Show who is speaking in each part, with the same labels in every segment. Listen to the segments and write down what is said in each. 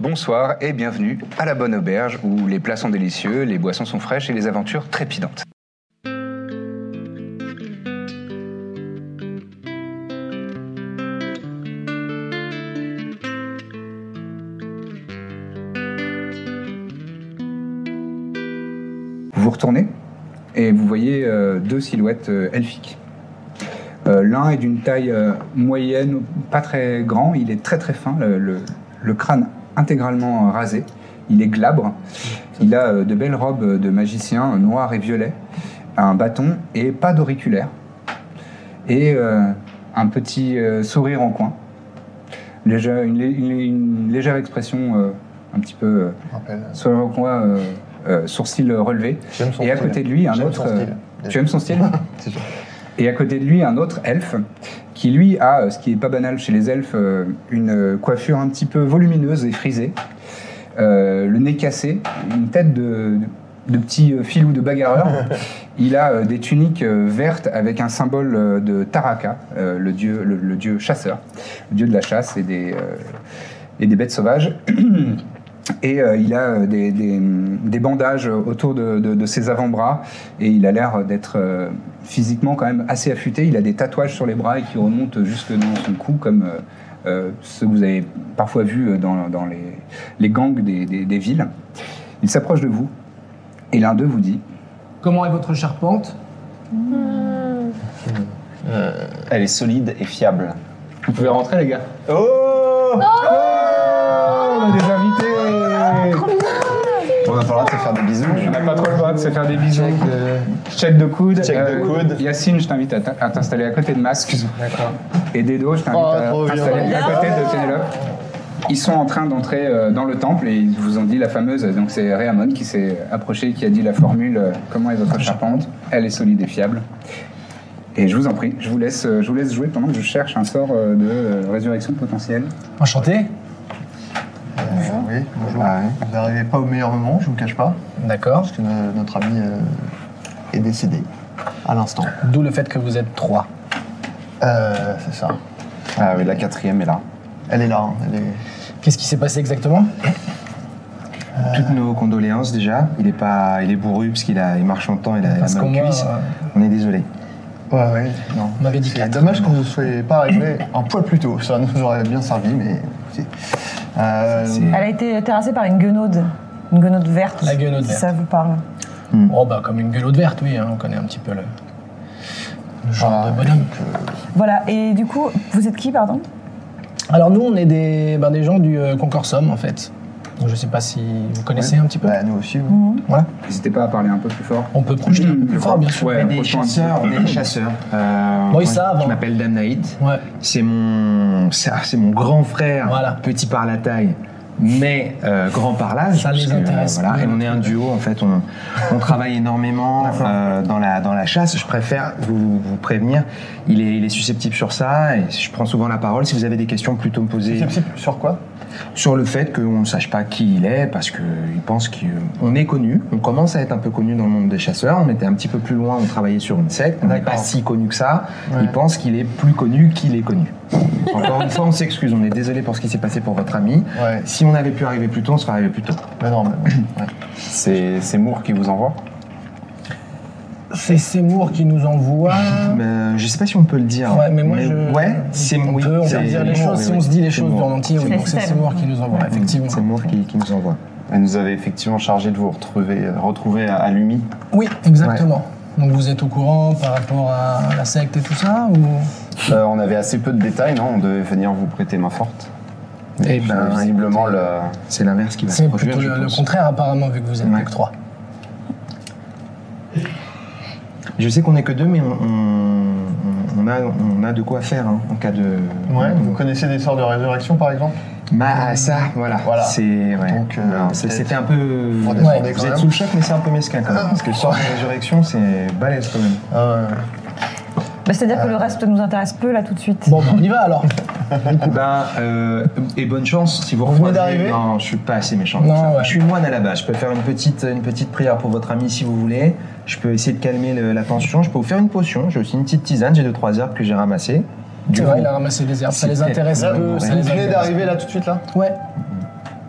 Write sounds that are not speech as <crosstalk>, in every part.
Speaker 1: Bonsoir et bienvenue à la Bonne Auberge où les plats sont délicieux, les boissons sont fraîches et les aventures trépidantes. Vous vous retournez et vous voyez euh, deux silhouettes euh, elfiques. Euh, L'un est d'une taille euh, moyenne, pas très grand, il est très très fin, le, le- le crâne intégralement euh, rasé, il est glabre, il a euh, de belles robes de magicien euh, noir et violet, un bâton et pas d'auriculaire, et euh, un petit euh, sourire en coin, Légère- une, lé- une- une légère expression euh, un petit peu euh, sourire en coin, euh, euh, sourcils relevés,
Speaker 2: J'aime son
Speaker 1: et à
Speaker 2: style.
Speaker 1: côté de lui un
Speaker 2: J'aime
Speaker 1: autre...
Speaker 2: son
Speaker 1: euh,
Speaker 2: style.
Speaker 1: tu aimes son style
Speaker 2: <laughs> C'est sûr.
Speaker 1: et à côté de lui, un autre elfe qui, lui, a, euh, ce qui n'est pas banal chez les elfes, euh, une euh, coiffure un petit peu volumineuse et frisée, euh, le nez cassé, une tête de, de petit euh, filou de bagarreur. Il a euh, des tuniques euh, vertes avec un symbole euh, de Taraka, euh, le, dieu, le, le dieu chasseur, le dieu de la chasse et des, euh, et des bêtes sauvages. <clears throat> Et euh, il a euh, des, des- des bandages autour de, de- de ses avant-bras et il a l'air d'être euh, physiquement quand même assez affûté. Il a des tatouages sur les bras et qui remontent jusque dans son cou comme euh, euh, ceux que vous avez parfois vus dans, dans les, les gangs des, des- des villes. Il s'approche de vous et l'un d'eux vous dit
Speaker 3: Comment est votre charpente
Speaker 4: Elle est solide et fiable.
Speaker 1: Vous pouvez rentrer les gars.
Speaker 4: Oh
Speaker 1: Oh, on a des invités
Speaker 4: On va falloir te faire des bisous.
Speaker 1: On n'a pas trop le droit de se faire des bisous.
Speaker 2: euh,
Speaker 1: Check de coude. Euh,
Speaker 4: Check de coude.
Speaker 1: Yacine, je t'invite à t'in- à t'installer à côté de Masque.
Speaker 2: D'accord.
Speaker 1: Et Dedo, je t'invite
Speaker 2: Oh,
Speaker 1: à
Speaker 2: trop bien.
Speaker 1: t'installer à côté de Pénélope. Ils sont en train d'entrer euh, dans le temple et ils vous ont dit la fameuse. Donc c'est Réamon qui s'est approché, qui a dit la formule euh, Comment est votre charpente Elle est solide et fiable. Et je vous en prie, je vous laisse, euh, je vous laisse jouer pendant que je cherche un sort euh, de euh, résurrection potentielle.
Speaker 3: Enchanté.
Speaker 2: Euh, oui, bonjour. Vous n'arrivez pas au meilleur moment, je vous cache pas,
Speaker 3: D'accord.
Speaker 2: parce que no- notre ami euh, est décédé à l'instant.
Speaker 3: D'où le fait que vous êtes trois.
Speaker 2: Euh, c'est ça.
Speaker 4: Ah oui, la quatrième est là.
Speaker 2: Elle est là. hein, Elle est...
Speaker 3: Qu'est-ce qui s'est passé exactement
Speaker 4: Toutes nos condoléances déjà. Il est pas, il est bourru parce qu'il a, il marche longtemps, il
Speaker 1: ben,
Speaker 4: a
Speaker 3: Parce
Speaker 4: la
Speaker 3: qu'on
Speaker 4: main aux
Speaker 3: m'a-
Speaker 4: cuisses. On est désolé.
Speaker 2: Ouais, ouais. Non.
Speaker 3: On m'avait dit
Speaker 2: C'est
Speaker 3: quatre.
Speaker 2: dommage que vous ne soyez pas arrivé un poil plus tôt. Ça nous aurait bien servi, mais. c'est- Euh,
Speaker 4: C'est-
Speaker 5: Elle a été terrassée par une guenaude. Une guenaude verte.
Speaker 3: La guenaude
Speaker 5: si
Speaker 3: verte.
Speaker 5: ça vous parle.
Speaker 3: Oh bah comme une gueule verte, oui. hein, on connaît un petit peu le, le genre
Speaker 2: Ah,
Speaker 3: de bonhomme.
Speaker 5: Voilà, et du coup, vous êtes qui, pardon
Speaker 3: Alors nous, on est des, ben, des gens du euh, Concorsum en fait. Donc je sais pas si vous connaissez un petit peu.
Speaker 2: bah, nous aussi. vous.
Speaker 3: Voilà.
Speaker 1: N'hésitez pas à parler un peu plus fort.
Speaker 3: On peut
Speaker 1: <clears throat>
Speaker 3: projeter un peu plus fort, bien sûr.
Speaker 1: Ouais,
Speaker 4: On est des
Speaker 1: approche-toi un petit
Speaker 4: chasseurs, on est
Speaker 3: <clears throat>
Speaker 1: peu. <clears throat>
Speaker 4: des chasseurs. Euh,
Speaker 3: Bon, ils savent, hein.
Speaker 4: Je m'appelle Damnaïd.
Speaker 3: Ouais.
Speaker 4: C'est mon, c'est ah, c'est mon grand frère,
Speaker 3: Voilà.
Speaker 4: petit par la taille, mais euh, grand par l'âge.
Speaker 3: Ça les
Speaker 4: parce que,
Speaker 3: intéresse. hein.
Speaker 4: voilà, et on est un duo, en fait, on, on travaille
Speaker 3: <laughs>
Speaker 4: énormément euh, dans, la, dans la chasse. Je préfère vous, vous prévenir, il est, il est susceptible sur ça, et je prends souvent la parole. Si vous avez des questions, plutôt me poser
Speaker 2: C'est- c'est- Sur quoi
Speaker 4: sur le fait qu'on ne sache pas qui il est, parce qu'il pense qu'on est connu, on commence à être un peu connu dans le monde des chasseurs, on était un petit peu plus loin, on travaillait sur une secte, on n'est pas si connu que ça, il pense qu'il est plus connu qu'il est connu. Encore une fois, on s'excuse, on est désolé pour ce qui s'est passé pour votre ami.
Speaker 2: Ouais.
Speaker 4: Si on avait pu arriver plus tôt, on serait arrivé plus tôt.
Speaker 2: Mais Bah, non, mais. ouais.
Speaker 6: C'est c'est Moore qui vous envoie
Speaker 3: C'est Seymour qui nous envoie.
Speaker 4: Mais, euh, je sais pas si on peut le dire.
Speaker 3: Ouais, mais moi je.
Speaker 4: Ouais, c'est
Speaker 3: on
Speaker 4: oui,
Speaker 3: peut, on
Speaker 4: c'est-
Speaker 3: peut dire les
Speaker 4: c'est
Speaker 3: choses.
Speaker 4: Moore,
Speaker 3: Si
Speaker 4: oui,
Speaker 3: on se dit les
Speaker 4: c'est
Speaker 3: choses
Speaker 4: Moore.
Speaker 3: dans l'entier, oui,
Speaker 5: C'est
Speaker 3: donc c'est
Speaker 5: Seb.
Speaker 3: Seymour qui nous envoie, effectivement.
Speaker 4: C'est Moore qui, qui nous envoie.
Speaker 6: Elle nous avait effectivement chargé de vous retrouver, euh, retrouver à, à Lumi.
Speaker 3: Oui, exactement. Donc vous êtes au courant par rapport à la secte et tout ça ou...
Speaker 6: Euh, on avait assez peu de détails, non On devait venir vous prêter main forte.
Speaker 4: Eh
Speaker 6: Et
Speaker 4: ben,
Speaker 6: visiblement,
Speaker 4: écoutez,
Speaker 6: le-
Speaker 4: Bah, C'est l'inverse qui va se
Speaker 3: C'est
Speaker 4: produire.
Speaker 3: plutôt
Speaker 4: je
Speaker 3: le, le
Speaker 4: pense.
Speaker 3: contraire apparemment vu que vous êtes
Speaker 4: Ouais.
Speaker 3: plus que trois.
Speaker 4: Je sais qu'on est que deux, mais on, on- on- on a, on a de quoi faire hein, en cas de.
Speaker 2: Ouais, vous connaissez des sorts de résurrection par exemple
Speaker 4: Bah, ah, ça, voilà.
Speaker 2: Voilà.
Speaker 4: C'est. ouais.
Speaker 2: Donc, euh,
Speaker 4: Alors, c'est-
Speaker 2: peut-être-
Speaker 4: C'était un peu.
Speaker 2: Faut
Speaker 4: Ouais,
Speaker 2: descendre quand
Speaker 4: vous êtes
Speaker 2: même. Ah.
Speaker 4: sous le choc, mais c'est un peu mesquin quand même. Parce que le sort de résurrection, c'est balèze quand même.
Speaker 2: Euh,
Speaker 5: Bah, C'est-à-dire que le reste nous intéresse peu là tout de suite.
Speaker 3: Bon, bah, on y va alors.
Speaker 4: Ben, euh, et bonne chance si vous
Speaker 2: venez
Speaker 4: revenez
Speaker 2: d'arriver
Speaker 4: Non, je suis pas assez méchant.
Speaker 3: Non,
Speaker 4: pour ça.
Speaker 3: ouais.
Speaker 4: Je suis moine à la base. Je peux faire une petite, une petite prière pour votre ami si vous voulez. Je peux essayer de calmer le- la tension. Je peux vous faire une potion. J'ai aussi une petite tisane. J'ai deux trois herbes que j'ai ramassées. Du
Speaker 3: C'est vrai,
Speaker 4: coup,
Speaker 3: il a ramassé des herbes. Ça
Speaker 4: c'est
Speaker 3: les intéresse
Speaker 4: peut-être
Speaker 3: peu.
Speaker 4: vraiment
Speaker 3: ça
Speaker 4: vrai.
Speaker 3: les
Speaker 2: vous venez
Speaker 3: intéresse.
Speaker 2: d'arriver là tout de suite là
Speaker 3: Ouais.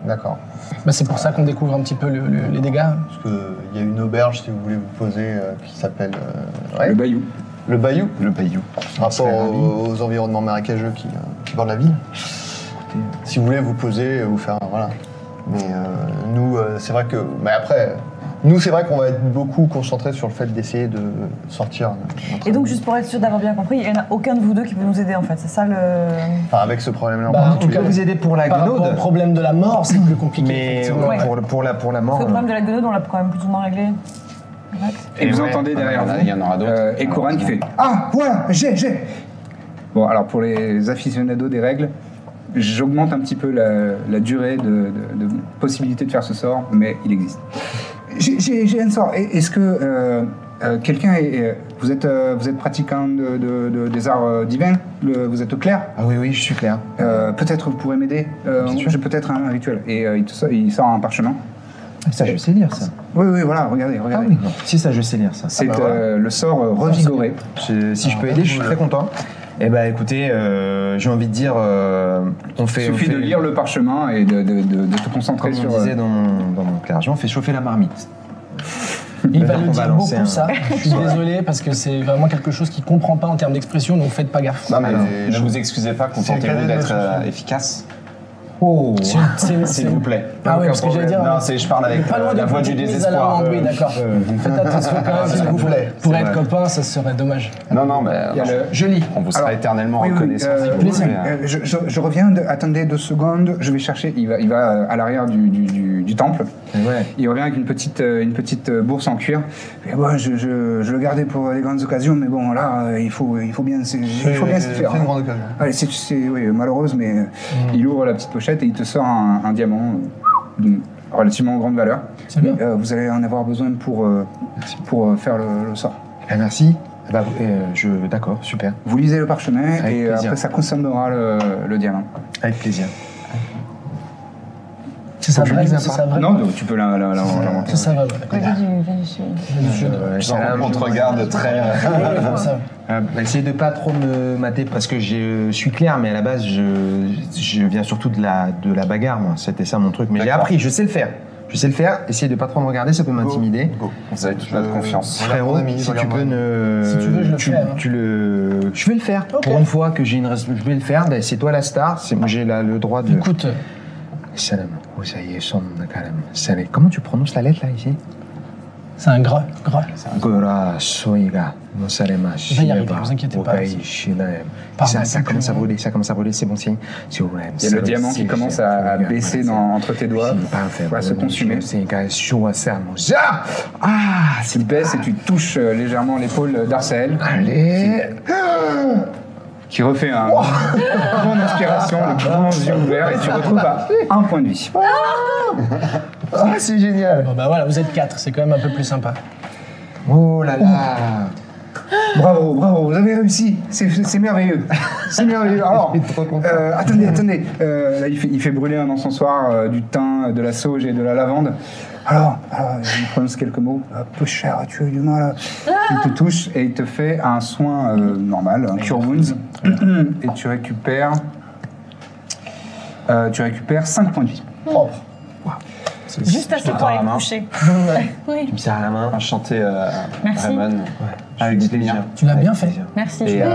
Speaker 2: D'accord.
Speaker 3: Bah, c'est pour ça qu'on découvre un petit peu le- le- les dégâts.
Speaker 2: Parce qu'il y a une auberge si vous voulez vous poser euh, qui s'appelle euh, ouais,
Speaker 1: Le Bayou.
Speaker 2: le Bayou,
Speaker 6: Le Bayou.
Speaker 2: par rapport
Speaker 6: serait ravi.
Speaker 2: aux, aux environnements marécageux qui, euh, qui bordent la ville. Si vous voulez vous poser, euh, vous faire un- voilà. Mais euh, nous, euh, c'est vrai que. Mais après, nous, c'est vrai qu'on va être beaucoup concentrés sur le fait d'essayer de sortir. notre-
Speaker 5: Et donc, juste pour être sûr d'avoir bien compris, il n'y en a aucun de vous deux qui peut nous aider en fait. C'est ça le.
Speaker 2: Enfin, avec ce problème-là. en
Speaker 3: Bah, en
Speaker 4: on
Speaker 2: particulier.
Speaker 4: peut vous aider pour la
Speaker 3: Par rapport au
Speaker 4: gnode.
Speaker 3: problème de la mort, c'est plus compliqué.
Speaker 4: Mais
Speaker 3: effectivement.
Speaker 4: euh,
Speaker 5: Ouais.
Speaker 4: pour, le- pour la, pour la
Speaker 5: Parce
Speaker 4: mort. euh.
Speaker 5: que le problème de la guenaude, on l'a quand même plus ou moins réglé.
Speaker 1: Et, vous
Speaker 6: ouais,
Speaker 1: entendez derrière
Speaker 6: il y en a-
Speaker 1: vous,
Speaker 6: il y en aura d'autres.
Speaker 1: euh, et Coran qui fait Ah, voilà, j'ai, j'ai Bon, alors pour les aficionados des règles, j'augmente un petit peu la, la durée de, de- de possibilité de faire ce sort, mais il existe. J'ai- J'ai j'ai un sort. Et- Est-ce que euh, euh, quelqu'un est, est- Vous êtes, euh, vous êtes pratiquant de, de- de- des arts euh, divins Le- Vous êtes au clair
Speaker 4: Ah oui, oui, je suis clair.
Speaker 1: Euh, Peut-être vous pourrez m'aider Euh, J'ai peut-être un, un rituel. Et euh, il, te sort, il sort un parchemin.
Speaker 4: Ça, je sais lire ça.
Speaker 1: Oui, oui, voilà, regardez, regardez.
Speaker 6: Ah
Speaker 4: Non, Si ça, je sais lire ça. Ah bah
Speaker 1: C'est
Speaker 6: bah
Speaker 1: euh, le sort euh, revigoré.
Speaker 4: Je- si je peux aider, je suis très content. Eh ben, écoutez, euh, j'ai envie de dire, euh, on fait.
Speaker 1: Il suffit
Speaker 4: on fait-
Speaker 1: de lire le parchemin et de, de- de- de te concentrer
Speaker 4: Comme on
Speaker 1: sur.
Speaker 4: disait
Speaker 1: euh,
Speaker 4: dans mon, dans mon clergé, on fait chauffer la marmite.
Speaker 3: Il va
Speaker 4: Donc,
Speaker 3: le
Speaker 4: on
Speaker 3: dire
Speaker 4: lancer
Speaker 3: beaucoup
Speaker 4: un-
Speaker 3: ça. Je suis désolé parce que c'est vraiment quelque chose qu'il comprend pas en termes d'expression, donc faites pas gaffe.
Speaker 6: Non, mais
Speaker 2: Alors,
Speaker 6: ne vous excusez pas,
Speaker 2: C'est le
Speaker 6: contentez-vous
Speaker 2: cadet de
Speaker 6: d'être
Speaker 2: la
Speaker 6: euh,
Speaker 2: chanson.
Speaker 6: efficace,
Speaker 4: Oh <laughs>
Speaker 3: C'est- c'est- c'est-
Speaker 6: s'il vous plaît.
Speaker 3: Ah ouais, parce que j'allais dire.
Speaker 6: Non, c'est- je parle avec,
Speaker 3: Pas loin
Speaker 6: euh, la
Speaker 3: de
Speaker 6: voix
Speaker 3: petite
Speaker 6: du
Speaker 3: mise à
Speaker 6: désespoir.
Speaker 3: l'amande, oui,
Speaker 6: Euh,
Speaker 3: d'accord. Faites attention quand même, s'il vous plaît. Pour être copain, ça serait dommage.
Speaker 4: Euh,
Speaker 6: Non, non, mais
Speaker 1: il y a le-
Speaker 3: Je lis.
Speaker 6: on vous sera
Speaker 1: Alors,
Speaker 6: éternellement
Speaker 1: oui, oui,
Speaker 6: reconnaissant.
Speaker 1: euh,
Speaker 6: si vous
Speaker 1: oui,
Speaker 6: voulez,
Speaker 1: oui,
Speaker 6: hein.
Speaker 1: euh, je, je- je reviens, de- attendez deux secondes, je vais chercher. Il va, il va euh, à l'arrière du, du- du- du temple.
Speaker 6: Mm.
Speaker 4: Ouais.
Speaker 1: Il revient avec une petite, euh, une petite euh, bourse en cuir. Et bon, je, je- je le gardais pour les grandes occasions, mais bon, là, euh, il faut, il faut bien, se- il faut bien se
Speaker 2: C'est-
Speaker 1: faire.
Speaker 2: c'est une
Speaker 1: hein.
Speaker 2: grande occasion.
Speaker 1: Ouais, c'est c'est- oui, malheureuse, mais euh, il ouvre la petite pochette et il te sort un, un diamant euh, d'une relativement grande valeur.
Speaker 3: C'est bien.
Speaker 1: Euh, vous allez en avoir besoin pour, euh, pour euh, faire le- le sort.
Speaker 4: Ah, merci. Ah bah, euh, je, d'accord, super.
Speaker 1: Vous lisez le parchemin
Speaker 4: Avec
Speaker 1: et euh,
Speaker 4: plaisir.
Speaker 1: après ça consommera le, le diamant.
Speaker 4: Avec plaisir.
Speaker 3: C'est ça,
Speaker 4: je
Speaker 3: vrai,
Speaker 4: lise un
Speaker 3: c'est
Speaker 4: par-
Speaker 3: ça, vrai.
Speaker 1: Non, mais tu peux la- la- la-
Speaker 3: C'est
Speaker 1: l'inventer.
Speaker 3: ça, vrai. vrai.
Speaker 5: Vas-y, du- vas-y, je-
Speaker 3: Bien sûr.
Speaker 4: Euh,
Speaker 6: Genre,
Speaker 4: salam,
Speaker 6: on te regarde très. euh,
Speaker 3: Comme ça.
Speaker 4: Euh, essayez de pas trop me mater parce que j'ai- euh, je suis clair, mais à la base, je, je viens surtout de la, de la bagarre, moi. C'était ça mon truc. Mais j'ai
Speaker 6: D'accord.
Speaker 4: appris, je sais le faire. Je sais le faire. Essayez de pas trop me regarder, ça peut m'intimider.
Speaker 2: Go.
Speaker 6: Vous avez toute notre confiance.
Speaker 2: Regarde mon
Speaker 4: Frérot,
Speaker 2: ami,
Speaker 4: si tu
Speaker 2: regarde mon
Speaker 4: peux
Speaker 2: ami.
Speaker 4: ne.
Speaker 3: Si tu veux, je le fais, hein.
Speaker 4: tu le- Je vais le faire.
Speaker 3: Ok.
Speaker 4: Pour une fois que j'ai une. res- Je vais le faire. Ben, C'est toi la star. C'est moi, j'ai la- le droit de.
Speaker 3: Écoute,
Speaker 4: Salam. Oh, ça y est, son kalam. Salam. Comment tu prononces la lettre là ici
Speaker 3: c'est un gras, gras.
Speaker 4: Gora soiga no sarema
Speaker 3: va y arriver,
Speaker 4: shireba
Speaker 3: vous inquiétez pas.
Speaker 4: okai shinaem.
Speaker 3: Pardon,
Speaker 4: Ça, ça
Speaker 3: c'est
Speaker 4: commence à
Speaker 3: plus
Speaker 4: brûler, ça commence à brûler, c'est bon signe. C'est bon,
Speaker 1: Il y a le diamant qui commence à, à baisser dans- entre tes doigts, à se consumer.
Speaker 4: C'est Ah Ah
Speaker 1: Tu baisses et tu touches euh, légèrement l'épaule d'Arcel,
Speaker 4: Allez Oh.
Speaker 1: qui refait un bonne inspiration, le grand yeux ouvert, et tu retrouves à un point de vie.
Speaker 4: Ah, c'est génial
Speaker 3: Bon, bah voilà, vous êtes quatre, c'est quand même un peu plus sympa.
Speaker 4: Oh là là
Speaker 1: Bravo, bravo, vous avez réussi, c'est c'est merveilleux, c'est merveilleux. Alors, euh, attendez, attendez, Euh, là il fait, il fait brûler un encensoir, euh, du thym, de la sauge et de la lavande. Alors, alors, je lui prononce quelques mots, un peu cher, tu as eu du mal.
Speaker 7: Ah.
Speaker 1: Il te touche et il te fait un soin euh, normal, un cure wounds, et tu récupères, euh, tu récupères 5 points de vie.
Speaker 2: Propre.
Speaker 5: Juste assez pour aller
Speaker 6: la
Speaker 5: me
Speaker 6: main.
Speaker 5: coucher. <laughs>
Speaker 4: Tu me serres la main
Speaker 6: Enchanté, euh,
Speaker 5: Merci.
Speaker 6: Raymond.
Speaker 4: Avec plaisir.
Speaker 3: Tu l'as bien fait.
Speaker 5: Merci.
Speaker 6: Et, euh,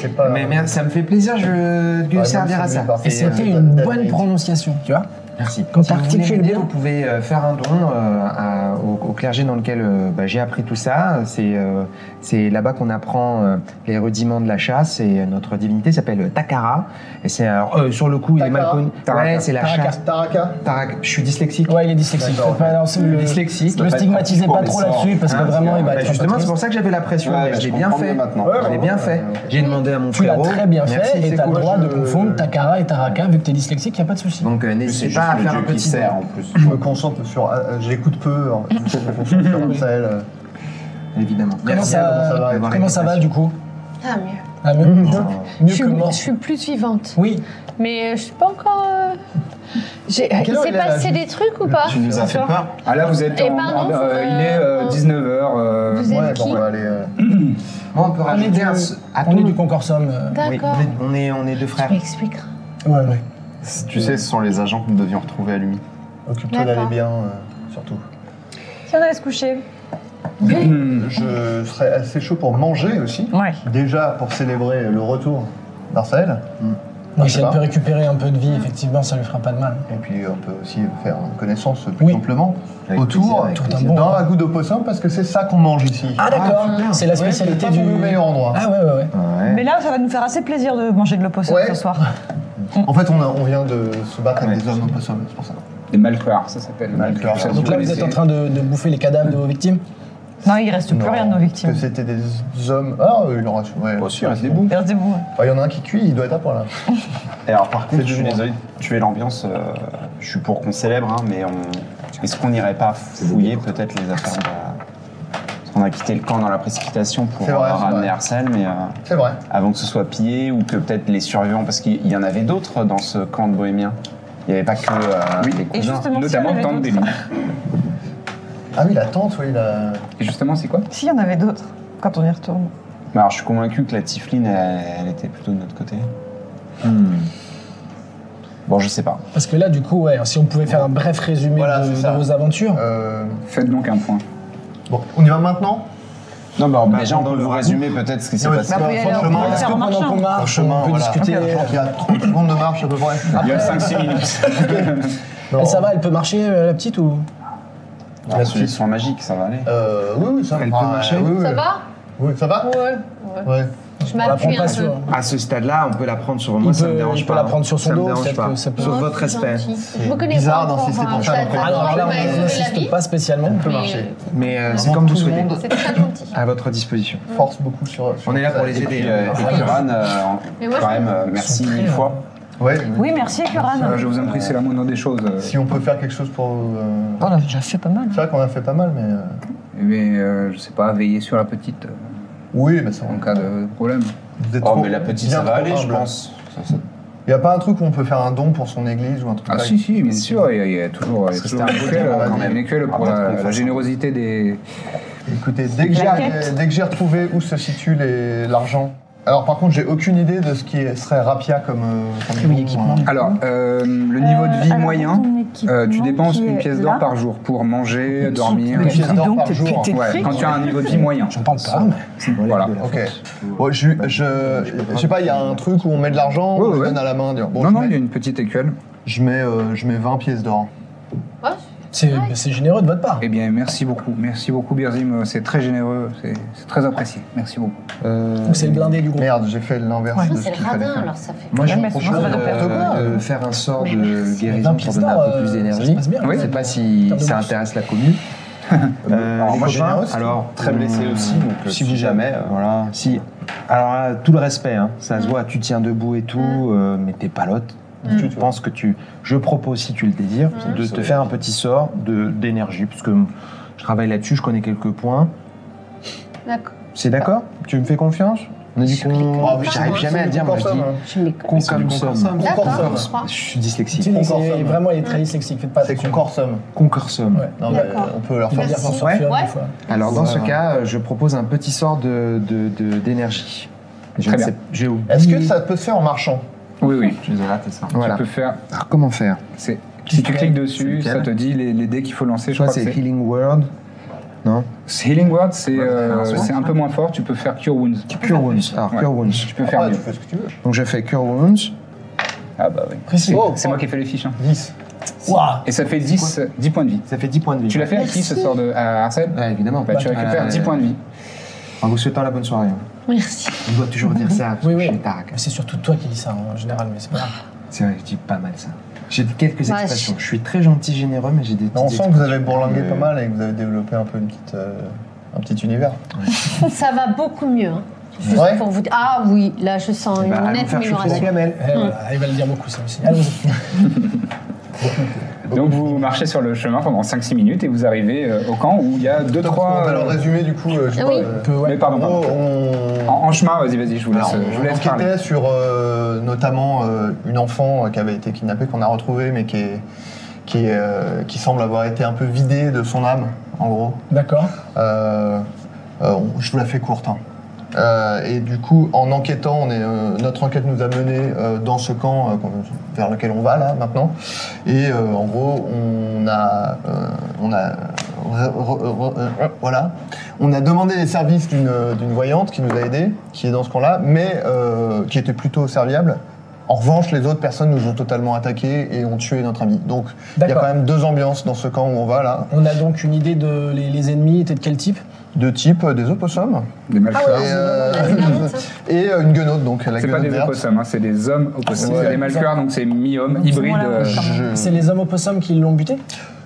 Speaker 2: C'est pas.
Speaker 4: Mais merde, ça me fait plaisir je- de
Speaker 2: Ouais,
Speaker 4: servir
Speaker 2: même
Speaker 4: à
Speaker 2: si
Speaker 4: ça.
Speaker 2: lui, par contre,
Speaker 3: Et c'était
Speaker 2: euh,
Speaker 3: une
Speaker 2: la- la
Speaker 3: bonne
Speaker 2: vérité.
Speaker 3: prononciation, tu vois.
Speaker 4: Merci.
Speaker 3: Quand
Speaker 4: si vous voulez
Speaker 3: t'articules
Speaker 4: m'aider,
Speaker 3: bien.
Speaker 4: vous pouvez euh, faire un don euh, à- au, au clergé dans lequel euh, bah, j'ai appris tout ça. C'est euh, c'est là-bas qu'on apprend euh, les rudiments de la chasse et euh, notre divinité s'appelle Takara. Et c'est alors, euh, sur le coup, il est mal
Speaker 2: Takara
Speaker 4: connu.
Speaker 2: Taraka.
Speaker 4: Ouais, c'est la
Speaker 3: Taraka.
Speaker 4: chasse.
Speaker 2: Taraka
Speaker 4: Taraka. Je suis dyslexique.
Speaker 3: Ouais, il est dyslexique.
Speaker 2: D'accord,
Speaker 3: Faites pas-
Speaker 2: ouais.
Speaker 3: alors, c'est
Speaker 4: Je
Speaker 3: le-
Speaker 4: suis dyslexique.
Speaker 3: Le stigmatisez pas
Speaker 6: Bon,
Speaker 3: trop
Speaker 6: mais ça,
Speaker 3: là-dessus parce que
Speaker 6: hein,
Speaker 3: vraiment, eh
Speaker 6: c'est-
Speaker 3: ben, il va
Speaker 6: bah,
Speaker 3: être.
Speaker 4: Justement, c'est pour ça que j'avais la pression.
Speaker 6: Ouais,
Speaker 4: mais
Speaker 6: bah,
Speaker 4: je l'ai
Speaker 6: je
Speaker 4: bien
Speaker 6: comprends
Speaker 4: fait.
Speaker 6: mieux maintenant.
Speaker 4: je l'ai
Speaker 6: Ouais,
Speaker 4: bien
Speaker 6: ouais,
Speaker 4: fait.
Speaker 6: ouais.
Speaker 4: J'ai demandé à mon
Speaker 3: Tu l'as
Speaker 4: frérot.
Speaker 3: très bien
Speaker 4: Merci,
Speaker 3: fait et
Speaker 4: c'est
Speaker 3: t'as le
Speaker 4: cool.
Speaker 3: droit de
Speaker 2: je-
Speaker 3: confondre Takara et Taraka vu que t'es dyslexique, y a pas de souci.
Speaker 4: Donc euh,
Speaker 6: C'est
Speaker 4: n'hésitez
Speaker 6: juste
Speaker 4: pas à
Speaker 6: le
Speaker 4: faire
Speaker 6: dieu
Speaker 4: un
Speaker 6: qui
Speaker 4: petit
Speaker 6: sert
Speaker 4: don.
Speaker 6: en plus.
Speaker 2: Je me concentre sur. euh, Je l'écoute peu.
Speaker 6: <laughs>
Speaker 2: hein. Je me concentre sur Amsael, euh.
Speaker 4: Évidemment.
Speaker 3: Comment
Speaker 4: Merci à vous
Speaker 3: ça,
Speaker 2: va
Speaker 4: d'avoir
Speaker 3: comment
Speaker 4: été
Speaker 3: ça va
Speaker 4: patient.
Speaker 3: du coup
Speaker 7: Ah, mieux.
Speaker 3: Ah, mieux,
Speaker 7: Je
Speaker 3: mieux
Speaker 7: suis,
Speaker 3: que mort.
Speaker 7: je suis plus vivante.
Speaker 3: Oui,
Speaker 7: Mais euh, je suis pas encore. euh, j'ai-
Speaker 2: quelle
Speaker 7: Il
Speaker 2: heure
Speaker 7: s'est
Speaker 2: il est, là,
Speaker 7: passé
Speaker 2: tu-
Speaker 7: des trucs ou pas
Speaker 6: Tu nous as fait peur.
Speaker 1: Ah là, vous êtes
Speaker 7: Eh
Speaker 1: en-
Speaker 7: ben non,
Speaker 1: en- euh,
Speaker 7: euh,
Speaker 1: il est
Speaker 7: en-
Speaker 1: 19h.
Speaker 7: Vous êtes
Speaker 2: Ouais,
Speaker 7: qui
Speaker 2: bon, on va aller. euh,
Speaker 4: Moi, on peut
Speaker 3: on est
Speaker 4: rajouter
Speaker 3: du,
Speaker 4: un. à
Speaker 3: on
Speaker 4: ton-
Speaker 3: est du concorsum. euh,
Speaker 4: Oui,
Speaker 7: D'accord.
Speaker 4: on est- on est, on est deux frères.
Speaker 7: Tu m'expliqueras.
Speaker 3: Ouais, ouais.
Speaker 6: Tu sais, ce sont les agents que nous devions retrouver à lui.
Speaker 2: Occupe-toi d'aller
Speaker 7: D'accord.
Speaker 2: bien, euh, surtout.
Speaker 5: Si on allait se coucher.
Speaker 2: Je serais assez chaud pour manger aussi.
Speaker 5: Ouais.
Speaker 2: Déjà pour célébrer le retour d'Arcel.
Speaker 3: Mais
Speaker 2: je sais
Speaker 3: si elle
Speaker 2: pas.
Speaker 3: peut récupérer un peu de vie, effectivement, ça lui fera pas de mal.
Speaker 2: Et puis on peut aussi faire connaissance plus
Speaker 3: Oui.
Speaker 2: simplement
Speaker 4: Avec plaisir,
Speaker 2: autour
Speaker 4: avec
Speaker 3: plaisir.
Speaker 2: dans la goutte de poisson parce que c'est ça qu'on mange ici.
Speaker 3: Ah d'accord,
Speaker 4: super.
Speaker 3: c'est la
Speaker 2: Ouais,
Speaker 3: spécialité
Speaker 2: c'est pas
Speaker 3: du
Speaker 2: mon meilleur endroit.
Speaker 3: Ah ouais ouais ouais.
Speaker 4: Ouais.
Speaker 5: Mais là, ça va nous faire assez plaisir de manger de l'opossum
Speaker 2: Ouais.
Speaker 5: ce soir.
Speaker 2: En fait, on, a- on vient de se battre avec
Speaker 4: Ouais.
Speaker 2: des hommes au poisson, c'est pour ça.
Speaker 1: Des malcleurs, ça s'appelle.
Speaker 2: Malcleurs.
Speaker 1: Ça,
Speaker 3: Donc là vous êtes
Speaker 1: connaissez.
Speaker 3: en train de, de bouffer les cadavres de vos victimes.
Speaker 5: Non, il reste plus
Speaker 2: Non,
Speaker 5: rien de nos victimes.
Speaker 2: Que c'était des hommes. Ah, euh, il en reste. Ouais,
Speaker 6: Bien sûr, il y a des
Speaker 5: Il reste des bouts.
Speaker 2: Ah, Il y en a un qui cuit, il doit être à point là.
Speaker 6: Et alors, par contre,
Speaker 2: du
Speaker 6: je suis
Speaker 2: bon.
Speaker 6: désolé de tuer l'ambiance. euh, je suis pour qu'on célèbre, hein, mais on... est-ce qu'on n'irait pas fouiller peut-être les affaires de- Parce qu'on a quitté le camp dans la précipitation pour
Speaker 2: C'est vrai,
Speaker 6: euh,
Speaker 2: c'est
Speaker 6: ramener
Speaker 2: vrai.
Speaker 6: Arsène, mais euh,
Speaker 2: C'est vrai.
Speaker 6: avant que ce soit pillé ou que peut-être les survivants, parce qu'il y en avait d'autres dans ce camp de bohémiens. Il n'y avait pas que euh, les
Speaker 5: Et
Speaker 6: cousins.
Speaker 5: justement, si on
Speaker 1: Notamment
Speaker 5: avait
Speaker 1: Tante
Speaker 5: d'autres.
Speaker 1: Deline.
Speaker 2: Ah oui, la tente, oui, la.
Speaker 1: Et justement, c'est quoi
Speaker 5: Si, il y en avait d'autres quand on y retourne.
Speaker 6: Mais Bah alors, je suis convaincu que la Tifline, elle, elle était plutôt de notre côté. Bon, je sais pas.
Speaker 3: Parce que là du coup ouais, si on pouvait faire un bref résumé
Speaker 2: Voilà,
Speaker 3: de,
Speaker 2: c'est ça.
Speaker 3: de vos aventures.
Speaker 2: euh,
Speaker 1: Faites donc un point.
Speaker 2: Bon, on y va maintenant
Speaker 6: Non, bah,
Speaker 2: Bah,
Speaker 6: déjà, on
Speaker 2: dans
Speaker 6: peut
Speaker 2: le
Speaker 6: vous
Speaker 2: ragoût.
Speaker 6: résumer peut-être ce qui s'est
Speaker 2: Ouais,
Speaker 6: passé.
Speaker 2: c'est
Speaker 5: Après,
Speaker 2: pas-
Speaker 5: alors,
Speaker 2: franchement,
Speaker 5: on va
Speaker 3: Est-ce
Speaker 5: faire
Speaker 3: que
Speaker 5: en
Speaker 3: pendant
Speaker 5: marchant.
Speaker 3: qu'on
Speaker 2: En
Speaker 3: marche,
Speaker 2: chemin,
Speaker 3: on peut
Speaker 2: voilà.
Speaker 3: discuter. euh,
Speaker 2: Je crois qu'il y a 30 secondes de marche à peu près.
Speaker 1: Il y a 5-6
Speaker 6: <laughs>
Speaker 1: minutes.
Speaker 3: Elle,
Speaker 2: Non.
Speaker 3: ça va, elle peut marcher euh, la petite ou
Speaker 6: Ah, c'est des soins magiques, ça va aller.
Speaker 2: Euh, oui, oui, ça va.
Speaker 4: Elle peut marcher
Speaker 2: oui, oui.
Speaker 7: Ça va
Speaker 2: Oui, ça va
Speaker 7: Ouais.
Speaker 2: Ouais.
Speaker 7: Je
Speaker 3: On la prend
Speaker 7: m'appuie un
Speaker 3: pas
Speaker 7: peu.
Speaker 3: sur.
Speaker 4: À ce stade-là, on peut la prendre sur
Speaker 3: Il
Speaker 4: moi, ça
Speaker 3: peut-
Speaker 4: me
Speaker 3: il
Speaker 4: dérange
Speaker 3: peut
Speaker 4: pas. hein.
Speaker 3: la prendre sur son
Speaker 4: ça me
Speaker 3: dos,
Speaker 4: dérange
Speaker 3: peut-être
Speaker 4: pas.
Speaker 3: que ça peut-
Speaker 4: Sur
Speaker 7: Oh,
Speaker 4: votre
Speaker 7: c'est
Speaker 4: respect.
Speaker 7: gentil. Je me connais
Speaker 2: bizarre
Speaker 7: pas
Speaker 2: d'insister
Speaker 7: encore,
Speaker 2: pour ça,
Speaker 7: hein,
Speaker 2: donc on-
Speaker 3: Alors là
Speaker 7: je m'avais
Speaker 3: on
Speaker 7: sauvé la vie,
Speaker 3: n'insiste pas spécialement.
Speaker 2: On peut
Speaker 7: mais,
Speaker 2: marcher.
Speaker 4: Mais euh, c'est
Speaker 2: Avant
Speaker 4: comme
Speaker 2: tout
Speaker 4: vous
Speaker 2: le
Speaker 4: souhaitez.
Speaker 2: monde.
Speaker 7: euh, C'était très gentil.
Speaker 4: À votre disposition.
Speaker 5: euh,
Speaker 2: Force beaucoup sur. sur
Speaker 4: On est là
Speaker 2: ça.
Speaker 4: pour les
Speaker 2: Et
Speaker 4: aider. hein.
Speaker 2: puis,
Speaker 6: Et, euh, et Kuran, euh, en-
Speaker 7: Mais moi,
Speaker 6: quand
Speaker 7: je-
Speaker 6: même, euh, merci
Speaker 3: Ils sont
Speaker 6: mille
Speaker 3: très,
Speaker 6: fois.
Speaker 2: euh, Ouais.
Speaker 5: Oui, merci, Kuran.
Speaker 1: Euh, Je vous en prie, c'est la moindre des choses. euh,
Speaker 2: Si on peut faire quelque chose pour. euh,
Speaker 5: Oh, on a déjà fait pas mal.
Speaker 2: C'est vrai qu'on a fait pas mal, mais. euh,
Speaker 1: Mais euh, je sais pas, veillez sur la petite euh,
Speaker 2: Oui, mais ça.
Speaker 1: en cas de problème.
Speaker 2: Vous êtes
Speaker 6: Oh,
Speaker 2: trop-
Speaker 6: mais la petite,
Speaker 2: bien
Speaker 6: ça va
Speaker 2: trop
Speaker 6: aller, je
Speaker 2: humble.
Speaker 6: pense. Ça, ça-
Speaker 2: Y a pas un truc où on peut faire un don pour son église ou un truc
Speaker 1: Ah
Speaker 2: comme
Speaker 1: si,
Speaker 2: ça
Speaker 1: si, bien sûr, il y a- il y a toujours il y a
Speaker 6: que
Speaker 1: toujours
Speaker 6: c'était un
Speaker 1: une
Speaker 6: beau
Speaker 1: écuelle,
Speaker 6: débat,
Speaker 1: euh,
Speaker 6: quand
Speaker 1: il y a
Speaker 6: même.
Speaker 1: une écuelle pour
Speaker 6: Ah,
Speaker 1: la,
Speaker 6: bon,
Speaker 1: la
Speaker 6: ça.
Speaker 1: générosité des...
Speaker 2: Écoutez, dès que j'ai
Speaker 5: La quête.
Speaker 2: dès que j'ai retrouvé où se situe les- l'argent. Alors par contre, j'ai aucune idée de ce qui serait rapia comme, euh, comme don, hein.
Speaker 1: Alors, euh, le niveau de vie moyen, euh, tu dépenses une pièce d'or par jour pour manger, dormir.
Speaker 2: Une pièce d'or
Speaker 5: donc,
Speaker 2: par
Speaker 5: t'es
Speaker 2: jour.
Speaker 5: pété.
Speaker 1: Ouais, quand tu as un niveau
Speaker 4: <laughs>
Speaker 1: de vie moyen.
Speaker 3: J'en parle pas. mais-
Speaker 1: Voilà.
Speaker 2: Ok. Bon, je, je, je sais pas, il y a un truc où on met de l'argent,
Speaker 1: Ouais,
Speaker 2: on le
Speaker 1: ouais.
Speaker 2: donne à la main. dire, bon,
Speaker 1: Non,
Speaker 2: je,
Speaker 1: non, il y
Speaker 2: mets,
Speaker 1: a une petite écuelle.
Speaker 2: je, mets, euh, je mets 20 pièces d'or.
Speaker 7: Ouais,
Speaker 3: C'est c'est généreux de votre part.
Speaker 1: Eh bien, merci beaucoup. Merci beaucoup, Birzim. Euh, C'est très généreux. C'est c'est très apprécié. Merci beaucoup.
Speaker 3: Donc Euh, c'est le blindé du groupe.
Speaker 2: Merde, j'ai fait l'inverse
Speaker 7: je
Speaker 2: de
Speaker 7: pense que
Speaker 2: ce
Speaker 7: c'est
Speaker 2: qu'il
Speaker 7: le
Speaker 2: fallait
Speaker 7: radin,
Speaker 2: faire.
Speaker 7: alors ça fait.
Speaker 4: Moi, je
Speaker 5: Ouais,
Speaker 4: vous
Speaker 5: mais
Speaker 4: propose
Speaker 5: sinon, ça va
Speaker 2: n'importe quoi.
Speaker 4: euh, de faire un sort
Speaker 7: Mais
Speaker 4: de
Speaker 7: merci.
Speaker 3: 20
Speaker 4: guérison pour
Speaker 3: pièces
Speaker 4: donner
Speaker 3: d'or,
Speaker 4: un peu plus
Speaker 3: euh,
Speaker 4: d'énergie.
Speaker 3: ça passe bien.
Speaker 4: Je
Speaker 3: Oui.
Speaker 4: sais pas si
Speaker 3: Comme de
Speaker 4: ça
Speaker 3: plus.
Speaker 4: intéresse la <laughs> commune. Euh,
Speaker 2: Alors,
Speaker 4: les
Speaker 2: moi,
Speaker 4: copains,
Speaker 2: généreux,
Speaker 4: alors
Speaker 6: Très blessé
Speaker 4: euh,
Speaker 6: aussi, donc euh,
Speaker 4: si vous jamais, euh, voilà, si. Alors là, tout le respect, hein, ça se voit, tu tiens debout et tout, euh, mais t'es palote. Tu penses que tu. Je propose, si tu le désires, de te faire un petit sort de d'énergie, parce que je travaille là-dessus, je connais quelques points.
Speaker 7: D'accord.
Speaker 4: C'est d'accord Tu me fais confiance On a dit qu'on.
Speaker 2: Ah oui,
Speaker 4: J'arrive
Speaker 7: c'est
Speaker 4: jamais à
Speaker 2: du
Speaker 4: dire, moi je dis.
Speaker 2: concorsum, hein.
Speaker 7: Je me les connais.
Speaker 4: Qu'on
Speaker 2: C'est du
Speaker 4: comme
Speaker 2: concorsum.
Speaker 4: somme.
Speaker 7: D'accord,
Speaker 2: Concorsum.
Speaker 7: je crois.
Speaker 4: Je suis dyslexique.
Speaker 3: C'est- c'est-
Speaker 2: Concorsum.
Speaker 3: Vraiment, il est très dyslexique. Faites pas
Speaker 2: C'est
Speaker 3: attention.
Speaker 2: concorsum.
Speaker 4: Concorsum.
Speaker 2: Non, mais
Speaker 7: D'accord.
Speaker 2: on peut leur
Speaker 3: Faut
Speaker 2: faire
Speaker 3: dire
Speaker 2: dire
Speaker 3: qu'on
Speaker 2: ça.
Speaker 3: s'en fait
Speaker 7: Ouais.
Speaker 3: des fois.
Speaker 4: Alors dans ce
Speaker 2: Ouais.
Speaker 4: cas, euh, je propose un petit sort de de- de- d'énergie. Je
Speaker 1: Très
Speaker 4: ne
Speaker 1: bien.
Speaker 4: sais- j'ai oublié.
Speaker 2: Est-ce que ça peut se faire en marchant
Speaker 1: Oui, oui.
Speaker 6: Je les ai ratés, ça.
Speaker 4: Voilà.
Speaker 1: Tu peux faire...
Speaker 4: Alors, comment faire
Speaker 1: c'est- Si tu cliques dessus,
Speaker 4: C'est
Speaker 1: ça
Speaker 4: lequel
Speaker 1: te dit les, les dés qu'il faut
Speaker 4: Je
Speaker 1: lancer. Je
Speaker 4: crois
Speaker 1: crois
Speaker 4: que
Speaker 1: que
Speaker 4: c'est
Speaker 1: c'est...
Speaker 4: Healing World. Non
Speaker 1: c'est Healing Word, c'est euh,
Speaker 4: Ouais.
Speaker 1: c'est un peu moins fort. Tu peux faire Cure Wounds.
Speaker 4: Cure Wounds. Alors
Speaker 1: Ouais.
Speaker 4: Cure Wounds.
Speaker 1: Tu peux faire
Speaker 2: Après,
Speaker 1: mieux.
Speaker 2: Ah, tu fais ce que tu veux.
Speaker 4: Donc je fais Cure Wounds.
Speaker 1: Ah bah oui.
Speaker 3: Précis.
Speaker 2: Oh,
Speaker 1: C'est moi qui ai fait les fiches. hein.
Speaker 2: 10.
Speaker 3: Waouh
Speaker 1: Et ça fait 10, 10 points de vie.
Speaker 4: Ça fait 10 points de vie.
Speaker 1: Tu l'as fait à qui ce sort de à Arsène
Speaker 4: Ouais, évidemment.
Speaker 1: Bah, Tu récupères
Speaker 4: Euh,
Speaker 1: 10 points de vie.
Speaker 4: En vous souhaitant la bonne soirée. hein.
Speaker 7: Merci.
Speaker 4: On doit toujours dire ça, parce
Speaker 3: Oui,
Speaker 4: que
Speaker 3: oui.
Speaker 4: je suis tarac.
Speaker 3: C'est surtout toi qui dis ça en général, mais c'est pas grave.
Speaker 4: C'est vrai, je dis pas mal ça. J'ai quelques
Speaker 7: Ouais,
Speaker 4: expressions. Je suis très gentil, généreux, mais j'ai des
Speaker 2: On
Speaker 4: petites
Speaker 2: sent que vous avez
Speaker 4: expressions.
Speaker 2: bourlingué
Speaker 4: Euh,
Speaker 2: pas mal et que vous avez développé un peu une petite, euh, un petit univers.
Speaker 7: Ça va beaucoup mieux. hein. Juste
Speaker 2: Ouais.
Speaker 7: pour vous dire- Ah oui, là je sens une
Speaker 4: bah, allons
Speaker 7: nette
Speaker 4: faire chauffer la
Speaker 7: amélioration.
Speaker 4: gamelle.
Speaker 3: Eh, voilà, il va le dire beaucoup, ça aussi. Allons-y.
Speaker 1: Donc vous marchez sur le chemin pendant 5-6 minutes et vous arrivez euh, au camp où il y a 2-3.
Speaker 2: Alors, résumé du coup, euh, je sais
Speaker 7: Ah
Speaker 2: pas,
Speaker 7: oui.
Speaker 2: euh,
Speaker 3: Peu, ouais.
Speaker 1: Mais pardon,
Speaker 2: en
Speaker 1: pardon.
Speaker 2: gros, on.
Speaker 1: En, en chemin, vas-y, vas-y, je vous laisse,
Speaker 2: Alors,
Speaker 1: je vous laisse
Speaker 2: on
Speaker 1: parler.
Speaker 2: enquêtait sur euh, notamment euh, une enfant euh, qui avait été kidnappée, qu'on a retrouvée, mais qui, est, qui, est, euh, qui semble avoir été un peu vidée de son âme, en gros.
Speaker 3: D'accord.
Speaker 2: Euh, euh, on- je vous la fais courte. hein. Euh, et du coup, en enquêtant, on est, euh, notre enquête nous a mené euh, dans ce camp euh, qu'on- vers lequel on va là maintenant. Et euh, en gros, on a, euh, on a, re- re- re- euh, voilà, on a demandé les services d'une euh, d'une voyante qui nous a aidés, qui est dans ce camp-là, mais euh, qui était plutôt serviable. En revanche, les autres personnes nous ont totalement attaqués et ont tué notre ami. Donc, il y a
Speaker 3: D'accord.
Speaker 2: quand même deux ambiances dans ce camp où on va là.
Speaker 3: On a donc une idée de les, les ennemis étaient de quel type
Speaker 2: De type euh, des opossums.
Speaker 1: Des
Speaker 7: Ah
Speaker 1: malfaits.
Speaker 7: ouais, on
Speaker 2: Et, euh, <laughs>
Speaker 7: se demande, on a fait la honte, ça.
Speaker 2: Et euh, une guenote, donc la
Speaker 1: C'est pas
Speaker 2: guenote
Speaker 1: des
Speaker 2: verte.
Speaker 1: opossums, hein, c'est des hommes
Speaker 4: Ah
Speaker 1: opossums.
Speaker 2: Ouais.
Speaker 1: C'est des malfeurs, donc c'est mi-homme,
Speaker 5: c'est
Speaker 1: hybride.
Speaker 5: moi, là,
Speaker 1: euh,
Speaker 5: je-
Speaker 2: Je-
Speaker 3: C'est les hommes opossums qui l'ont buté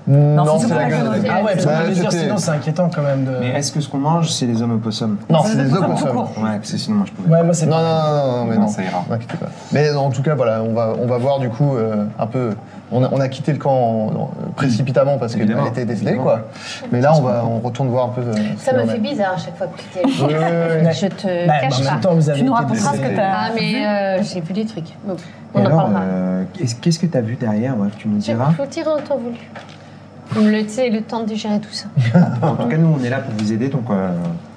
Speaker 2: Non,
Speaker 5: Non,
Speaker 2: c'est
Speaker 5: c'est
Speaker 2: la
Speaker 5: pas
Speaker 2: guenote.
Speaker 5: la guenote.
Speaker 3: Ah ouais, parce que
Speaker 2: Bah,
Speaker 3: je voulais dire,
Speaker 2: c'était-
Speaker 3: sinon c'est inquiétant quand même de.
Speaker 4: Mais est-ce que ce qu'on mange, c'est les hommes opossums
Speaker 2: Non,
Speaker 5: C'est
Speaker 2: c'est
Speaker 5: des
Speaker 2: des
Speaker 5: opossums tout
Speaker 2: opossums.
Speaker 5: court.
Speaker 4: Ouais, parce que sinon moi je pouvais.
Speaker 3: Ouais, moi c'est.
Speaker 2: Non, non, non, non, mais non.
Speaker 6: Non, ça ira.
Speaker 2: N'inquiétez pas. Mais en tout cas, voilà, on va, on va voir du coup euh, un peu. On a, on a quitté le camp en- en- précipitamment parce qu'elle
Speaker 4: Évidemment.
Speaker 2: était décédée,
Speaker 4: Évidemment.
Speaker 2: quoi. Mais là, on va, on retourne voir un peu. euh, ce
Speaker 7: Ça
Speaker 2: qu'il
Speaker 7: me
Speaker 2: en
Speaker 7: fait
Speaker 2: est.
Speaker 7: bizarre à chaque fois que tu t'es.
Speaker 2: Oui, oui, oui.
Speaker 7: Je te
Speaker 3: Bah, bah, en
Speaker 7: cache
Speaker 3: même
Speaker 7: pas.
Speaker 3: temps, vous avez
Speaker 5: Tu nous
Speaker 3: été
Speaker 5: raconteras ce que
Speaker 3: décédés.
Speaker 5: t'as.
Speaker 7: Ah mais euh, j'ai vu des trucs. Bon,
Speaker 4: Et
Speaker 7: on en
Speaker 4: alors,
Speaker 7: parlera.
Speaker 4: euh, qu'est-ce- qu'est-ce que t'as vu derrière Bref, tu me
Speaker 7: Je
Speaker 4: diras.
Speaker 7: faut tirer en temps voulu. Le, tu sais, le temps de digérer tout ça.
Speaker 4: En tout cas, nous, on est là pour vous aider, donc. euh,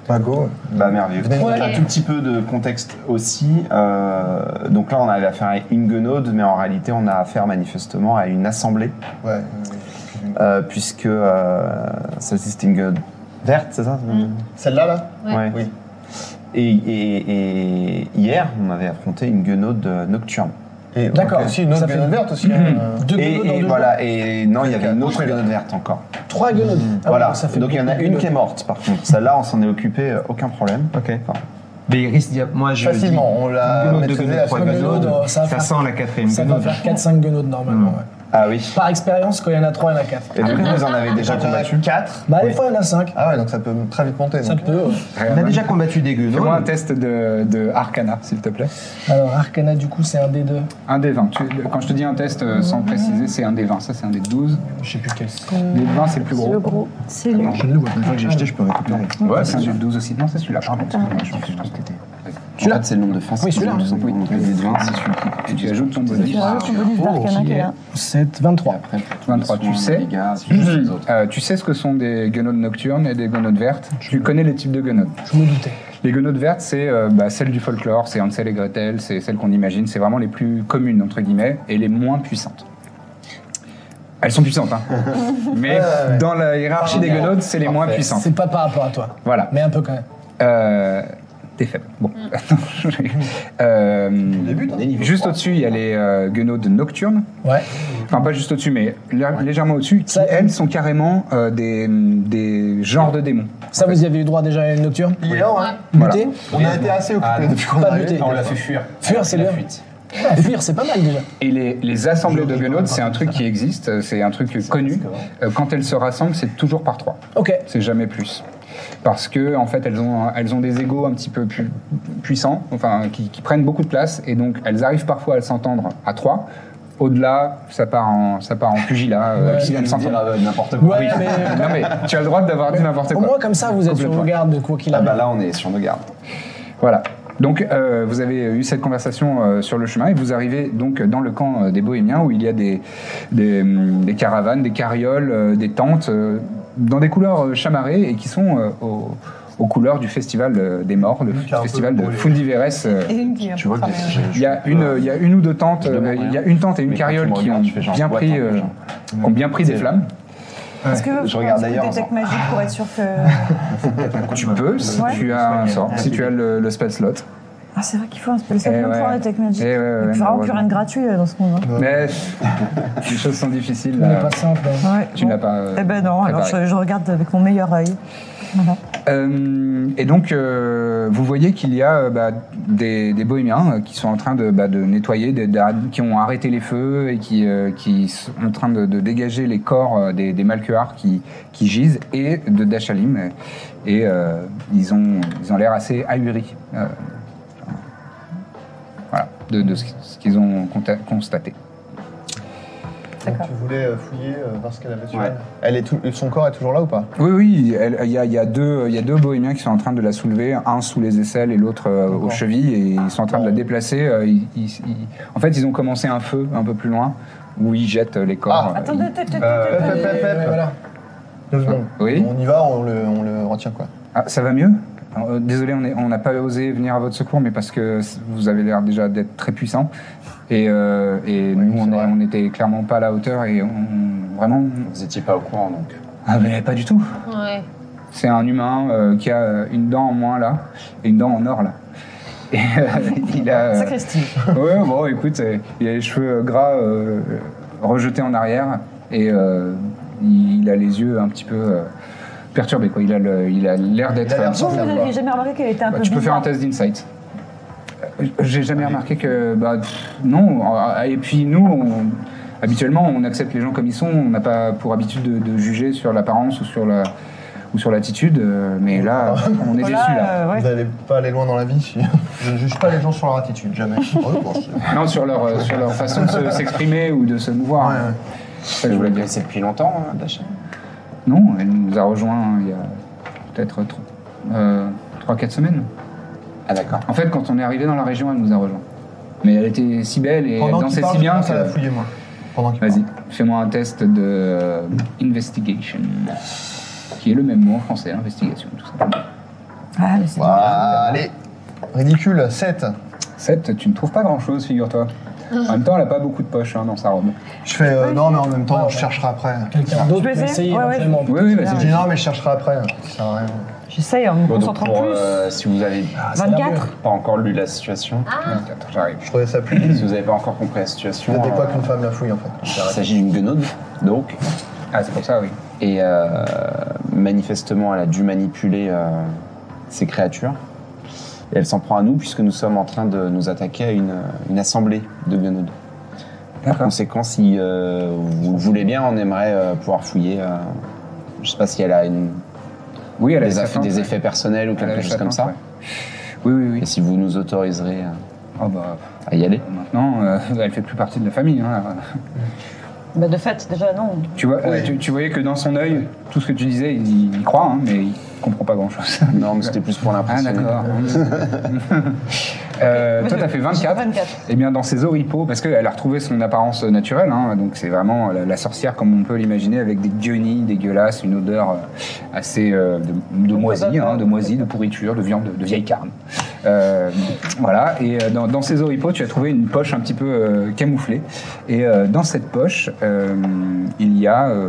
Speaker 2: Bah, go.
Speaker 6: Bah merveilleux.
Speaker 2: Venez nous
Speaker 6: Un
Speaker 2: raconter.
Speaker 6: tout petit peu de contexte aussi. euh, donc là, on avait affaire à une guenaude, mais en réalité, on a affaire manifestement à une assemblée,
Speaker 2: Ouais. euh,
Speaker 6: euh, puisque euh, celle-ci c'était une guenaude verte, c'est ça
Speaker 2: Celle-là, là
Speaker 7: Mmh. Ouais.
Speaker 6: Ouais.
Speaker 2: Oui.
Speaker 6: Et, et- et hier, on avait affronté une guenaude nocturne.
Speaker 2: Et
Speaker 3: D'accord.
Speaker 2: on a aussi une autre
Speaker 3: Ça fait-
Speaker 2: guenote verte aussi. euh,
Speaker 3: Deux
Speaker 6: Et,
Speaker 3: guenaudes dans
Speaker 6: et
Speaker 3: deux
Speaker 6: voilà, et non, il y avait une autre
Speaker 2: Trois
Speaker 6: guenaude verte encore.
Speaker 3: jours. Trois guenaudes. Ah
Speaker 6: voilà,
Speaker 3: ouais, ça fait
Speaker 6: donc il y en a
Speaker 3: beaucoup de
Speaker 6: une qui est
Speaker 3: guenaudes.
Speaker 6: morte par contre. Celle-là, on s'en est occupé, euh, aucun problème.
Speaker 4: Ok. Mais il risque d'y avoir- Moi, je.
Speaker 2: Facilement, on
Speaker 6: Euh,
Speaker 2: l'a
Speaker 4: Guenaude, deux
Speaker 2: maîtrisée
Speaker 4: guenaudes,
Speaker 2: à
Speaker 4: trois
Speaker 2: ce
Speaker 3: guenaudes.
Speaker 4: guenaudes.
Speaker 3: guenaude, ça va
Speaker 4: Ça
Speaker 3: faire-
Speaker 4: sent la quatrième
Speaker 3: Ça va
Speaker 4: guenaude.
Speaker 3: faire 4-5 guenaudes normalement.
Speaker 4: Mm.
Speaker 3: ouais.
Speaker 6: Ah oui.
Speaker 3: Par expérience, quand il y en a 3, il y en a 4.
Speaker 6: Et vous, vous en avez déjà combattu
Speaker 2: 4.
Speaker 3: Bah, des fois, il y en a 5.
Speaker 2: Ah ouais, donc ça peut très vite monter.
Speaker 3: Ça
Speaker 2: donc.
Speaker 3: peut. ouais.
Speaker 4: On a déjà combattu des guenaudes.
Speaker 1: Fais-moi un test de, de Arcana, s'il te plaît.
Speaker 3: Alors, Arcana, du coup, c'est un des deux.
Speaker 1: Un des 20. Tu- quand je te dis un test euh, sans préciser, c'est un des 20. Ça, c'est un des 12.
Speaker 3: Je sais plus quel.
Speaker 1: Les 20, c'est le plus gros.
Speaker 7: gros. C'est Euh, le.
Speaker 4: Ah, Je l'ai, ouais, une fois que j'ai acheté, je peux récupérer.
Speaker 1: Ouais, c'est un des 12 aussi. Non, c'est celui-là. Pardon, excuse-moi, je me suis trompé.
Speaker 6: En fait, c'est le nombre de faces.
Speaker 3: Oui, celui-là.
Speaker 6: Ils ont- ils ont fait des dés de 20, c'est celui qui-
Speaker 1: Et tu ajoutes ton bonus.
Speaker 5: Tu rajoutes ton bonus
Speaker 1: Oh,
Speaker 5: d'arcana qui est là.
Speaker 3: 7, 23.
Speaker 6: Après, pour tous les
Speaker 1: 23, tu
Speaker 6: soins,
Speaker 1: sais.
Speaker 6: les dégâts, c'est juste les autres.
Speaker 1: Euh, tu sais ce que sont des guenaudes nocturnes et des guenaudes vertes. Tu connais les types de guenaudes.
Speaker 3: Je me doutais.
Speaker 1: Les guenaudes vertes, c'est euh, bah, celles du folklore, c'est Hansel et Gretel, c'est celles qu'on imagine, c'est vraiment les plus communes, entre guillemets, et les moins puissantes. Elles sont puissantes,
Speaker 3: <laughs>
Speaker 1: hein. mais dans la hiérarchie des guenaudes, c'est les moins puissantes.
Speaker 3: C'est pas par rapport à toi.
Speaker 1: Voilà.
Speaker 3: Mais un peu quand même.
Speaker 1: Euh, T'es faible. Bon.
Speaker 3: Mm.
Speaker 1: <laughs> Euh, juste au-dessus, il y a les euh, guenaudes nocturnes.
Speaker 3: Ouais.
Speaker 1: Enfin, pas juste au-dessus, mais lé- légèrement au-dessus, qui,
Speaker 3: Ça-
Speaker 1: elles, sont carrément euh, des, des genres de démons.
Speaker 3: Ça, vous y avez eu droit déjà à une nocturne
Speaker 2: Hier, hein,
Speaker 3: Buter
Speaker 2: on a été assez occupés depuis qu'on est
Speaker 3: Pas
Speaker 2: arrivé.
Speaker 3: buter.
Speaker 6: On l'a fait fuir.
Speaker 3: Fuir, c'est bien. Ah, fuir, c'est pas mal déjà.
Speaker 1: Et les, les assemblées de guenaudes, c'est un truc qui existe, euh, c'est un truc connu. Euh, Quand elles se rassemblent, c'est toujours par trois.
Speaker 3: Ok.
Speaker 1: C'est jamais plus. Parce que, en fait, elles ont, elles ont des égaux un petit peu pu- puissants, enfin, qui, qui prennent beaucoup de place, et donc elles arrivent parfois à s'entendre à trois. Au-delà, ça part en, ça part en pugilat. euh, elles s'entendent.
Speaker 6: n'importe
Speaker 3: Ouais,
Speaker 1: Oui.
Speaker 3: mais.
Speaker 1: Non, mais tu as le droit d'avoir dit n'importe
Speaker 3: Au
Speaker 1: quoi.
Speaker 3: moins, comme ça, vous êtes sur
Speaker 1: Complètement.
Speaker 3: vos gardes de quoi qu'il
Speaker 6: Ah bah
Speaker 3: arrive.
Speaker 6: là, on est sur nos gardes.
Speaker 1: Voilà. Donc, euh, vous avez eu cette conversation euh, sur le chemin et vous arrivez donc dans le camp euh, des Bohémiens où il y a des, des, hum, des caravanes, des carrioles, euh, des tentes euh, dans des couleurs euh, chamarrées et qui sont euh, aux, aux couleurs du festival euh, des morts, le
Speaker 2: Lucas, un peu
Speaker 1: festival de
Speaker 2: brûlé.
Speaker 1: Fundiveres. euh,
Speaker 5: Et une qui est
Speaker 4: Tu vois, que j'ai- j'ai-
Speaker 1: il y, a une, euh, il y a une ou deux tentes,
Speaker 6: Je
Speaker 1: euh,
Speaker 6: demande
Speaker 1: il y a
Speaker 6: rien.
Speaker 1: une tente et une
Speaker 6: Mais quand
Speaker 1: carriole
Speaker 6: tu me
Speaker 1: qui ont
Speaker 6: regardes, je fais genre,
Speaker 1: bien
Speaker 6: what,
Speaker 1: pris,
Speaker 6: hein,
Speaker 1: euh,
Speaker 6: les gens.
Speaker 1: qui ont bien pris des flammes.
Speaker 5: Est-ce que vous
Speaker 6: Je regarde
Speaker 5: faites un
Speaker 6: d'ailleurs,
Speaker 5: coup d'attaque
Speaker 6: en-
Speaker 5: magique
Speaker 1: <laughs>
Speaker 5: pour être sûr que.
Speaker 1: Tu peux, si
Speaker 5: Ouais.
Speaker 1: tu as, un sort, si tu as le, le spell slot.
Speaker 5: Ah, c'est vrai qu'il faut un spécial
Speaker 1: Eh
Speaker 5: même
Speaker 1: ouais.
Speaker 5: pour la tech magic.
Speaker 1: Eh ouais, ouais,
Speaker 5: Il n'y vraiment plus
Speaker 1: malheureusement.
Speaker 5: rien de gratuit euh, dans ce monde. hein.
Speaker 1: Mais <laughs> les choses sont difficiles.
Speaker 3: n'est
Speaker 1: là.
Speaker 3: pas simple. hein.
Speaker 5: Ouais,
Speaker 1: Tu
Speaker 5: bon.
Speaker 1: n'as pas. euh,
Speaker 5: Eh ben non, alors
Speaker 1: préparé.
Speaker 5: je, je regarde avec mon meilleur œil. Voilà.
Speaker 1: Euh, et donc, euh, vous voyez qu'il y a euh, bah, des, des bohémiens euh, qui sont en train de, bah, de nettoyer, des- des- qui ont arrêté les feux et qui, euh, qui sont en train de, de dégager les corps euh, des, des Malkuars qui, qui gisent et de Dachalim. Et euh, ils ont ils ont l'air assez ahuris. euh, voilà, de, de ce ce qu'ils ont conta- constaté.
Speaker 5: D'accord.
Speaker 2: Tu voulais euh, fouiller, euh, voir ce qu'elle avait sur
Speaker 6: Ouais.
Speaker 2: elle. elle est tou- Son corps est toujours là ou pas
Speaker 1: Oui, oui, elle- il y a, il y, a deux- il y a deux bohémiens qui sont en train de la soulever, un sous les aisselles et l'autre euh, aux
Speaker 2: D'accord.
Speaker 1: chevilles, et ils sont en train de la
Speaker 6: Oh.
Speaker 1: déplacer. euh, ils- ils- ils- en fait, ils ont commencé un feu un peu plus loin, où ils jettent euh, les corps.
Speaker 2: Ah,
Speaker 1: euh,
Speaker 5: Attendez, attendez, attendez,
Speaker 2: Euh,
Speaker 5: attendez.
Speaker 2: Pep, pep, pep.
Speaker 3: Ouais, voilà.
Speaker 2: Deux secondes.
Speaker 6: Oh.
Speaker 1: Oui.
Speaker 2: On y va, on le, on le retient quoi.
Speaker 1: ils- Ah, ça va mieux Alors, euh, Désolé, on est- on n'a pas osé venir à votre secours, mais parce que c- vous avez l'air déjà d'être très puissant. Et, euh, et nous, on
Speaker 2: c'est
Speaker 1: est-
Speaker 2: vrai.
Speaker 1: on n'était clairement pas à la hauteur, et on, vraiment...
Speaker 6: Vous étiez pas au courant donc.
Speaker 1: Ah, mais pas du tout
Speaker 7: Ouais.
Speaker 1: C'est un humain euh, qui a euh, une dent en moins là, et une dent en or là. Et euh, il a. euh,
Speaker 5: Sacré style.
Speaker 1: Ouais, bon, écoute, euh, il a les cheveux euh, gras euh, rejetés en arrière et euh, il il a les yeux un petit peu euh, perturbés. Quoi. Il a le- il a l'air d'être.
Speaker 2: Il a l'air
Speaker 5: Vous, vous
Speaker 2: faire
Speaker 5: n'aviez
Speaker 2: voir.
Speaker 5: jamais remarqué qu'elle était un
Speaker 1: euh, Bah,
Speaker 5: peu
Speaker 1: tu peux faire un
Speaker 5: bizarre.
Speaker 1: test d'insight. Euh, J'ai jamais remarqué que. Bah, pff, non. Ah, Et puis nous, on- habituellement, on accepte les gens comme ils sont. On n'a pas pour habitude de, de juger sur l'apparence ou sur la ou sur l'attitude. euh, Mais là,
Speaker 2: Ah.
Speaker 1: on est déçus,
Speaker 5: Voilà,
Speaker 1: là.
Speaker 5: euh, ouais.
Speaker 2: Vous n'allez pas aller loin dans la vie si. <laughs> Je ne juge pas les gens sur leur attitude, <laughs> jamais. Ouais, bon, c'est-
Speaker 1: Non, sur leur euh, sur leur façon
Speaker 2: <laughs>
Speaker 1: de se- s'exprimer ou de se mouvoir.
Speaker 2: ouais.
Speaker 1: C'est ça
Speaker 6: Je
Speaker 1: que je
Speaker 6: vous
Speaker 1: voulais
Speaker 6: la
Speaker 1: dire.
Speaker 6: connaissez depuis longtemps, hein, Dacha
Speaker 1: Non, elle nous a rejoint il y a peut-être 3-4 semaines.
Speaker 6: Ah d'accord.
Speaker 1: En fait, quand on est arrivé dans la région, elle nous a rejoint. Mais elle était si belle et elle
Speaker 2: Pendant
Speaker 1: dansait
Speaker 2: qu'il parle,
Speaker 1: si
Speaker 2: je
Speaker 1: bien
Speaker 2: commence à la
Speaker 1: que.
Speaker 2: fouiller moi. Pendant qu'il
Speaker 1: Vas-y,
Speaker 2: parle.
Speaker 1: fais-moi un test de euh, investigation, qui est le même mot en français, investigation, tout simplement.
Speaker 5: Ah, mais c'est
Speaker 2: Voilà, allez. Ridicule, 7.
Speaker 1: 7, tu ne trouves pas grand-chose, figure-toi. En même temps, elle n'a pas beaucoup de poches hein, dans sa robe.
Speaker 2: Je fais euh, non, mais en même temps, je chercherai après.
Speaker 3: Quelqu'un
Speaker 5: Je
Speaker 3: d'autre
Speaker 5: peux
Speaker 3: peut
Speaker 5: essayer
Speaker 3: essayer
Speaker 5: Ouais, ouais.
Speaker 3: éventuellement.
Speaker 1: Oui, oui, vas-y.
Speaker 2: Je dis non, mais je chercherai après. Ça sert à rien.
Speaker 5: J'essaye en me
Speaker 6: Bon, donc
Speaker 5: concentrant
Speaker 6: pour,
Speaker 5: plus.
Speaker 6: euh, si vous avez
Speaker 3: Ah, c'est la
Speaker 5: 24
Speaker 6: pas encore lu la situation,
Speaker 1: Attends, j'arrive.
Speaker 2: Je trouvais ça plus lisse.
Speaker 6: si vous n'avez pas encore compris la
Speaker 2: Vous
Speaker 6: situation,
Speaker 2: êtes quoi
Speaker 6: euh,
Speaker 2: qu'une femme la fouille en fait
Speaker 6: il s'agit d'une guenaude, donc,
Speaker 1: Ah, c'est pour ça, oui.
Speaker 6: et euh, manifestement elle a dû manipuler euh, ces créatures. Et elle s'en prend à nous puisque nous sommes en train de nous attaquer à une, une assemblée de guenaudes. Par
Speaker 1: D'accord.
Speaker 6: conséquent, si euh, vous le voulez bien, on aimerait euh, pouvoir fouiller. euh, je sais pas si elle a une-
Speaker 1: Oui, elle a
Speaker 6: des,
Speaker 1: sa
Speaker 6: aff-
Speaker 1: teinte,
Speaker 6: des
Speaker 1: ouais.
Speaker 6: effets personnels ou
Speaker 1: Elle a
Speaker 6: quelque
Speaker 1: sa
Speaker 6: chose comme
Speaker 1: teinte,
Speaker 6: ça.
Speaker 1: ouais. Oui, oui,
Speaker 6: Et
Speaker 1: oui.
Speaker 6: si vous nous autoriserez euh,
Speaker 1: Ah bah,
Speaker 6: à y aller.
Speaker 1: maintenant, euh, <laughs> elle fait plus partie de la famille. Hein.
Speaker 5: Bah, de fait, déjà, non.
Speaker 1: Tu, vois, euh, tu, tu voyais que dans son œil, tout ce que tu disais, il, il croit, hein, mais il comprend pas grand-chose.
Speaker 6: Non, mais c'était plus pour
Speaker 1: Ah
Speaker 6: l'impressionner.
Speaker 1: d'accord.
Speaker 6: <laughs>
Speaker 1: Euh, toi, t'as fait 24.
Speaker 5: J'ai fait 24.
Speaker 1: Eh bien, dans ses oripeaux, parce qu'elle a retrouvé son apparence naturelle, hein, donc c'est vraiment la, la sorcière comme on peut l'imaginer, avec des guenilles dégueulasses, une odeur euh, assez euh, de, de moisie, hein, de moisie, de pourriture, de viande, de vieille carne. Euh, voilà, et euh, dans, dans ses oripeaux, tu as trouvé une poche un petit peu euh, camouflée, et euh, dans cette poche, euh, il y a euh,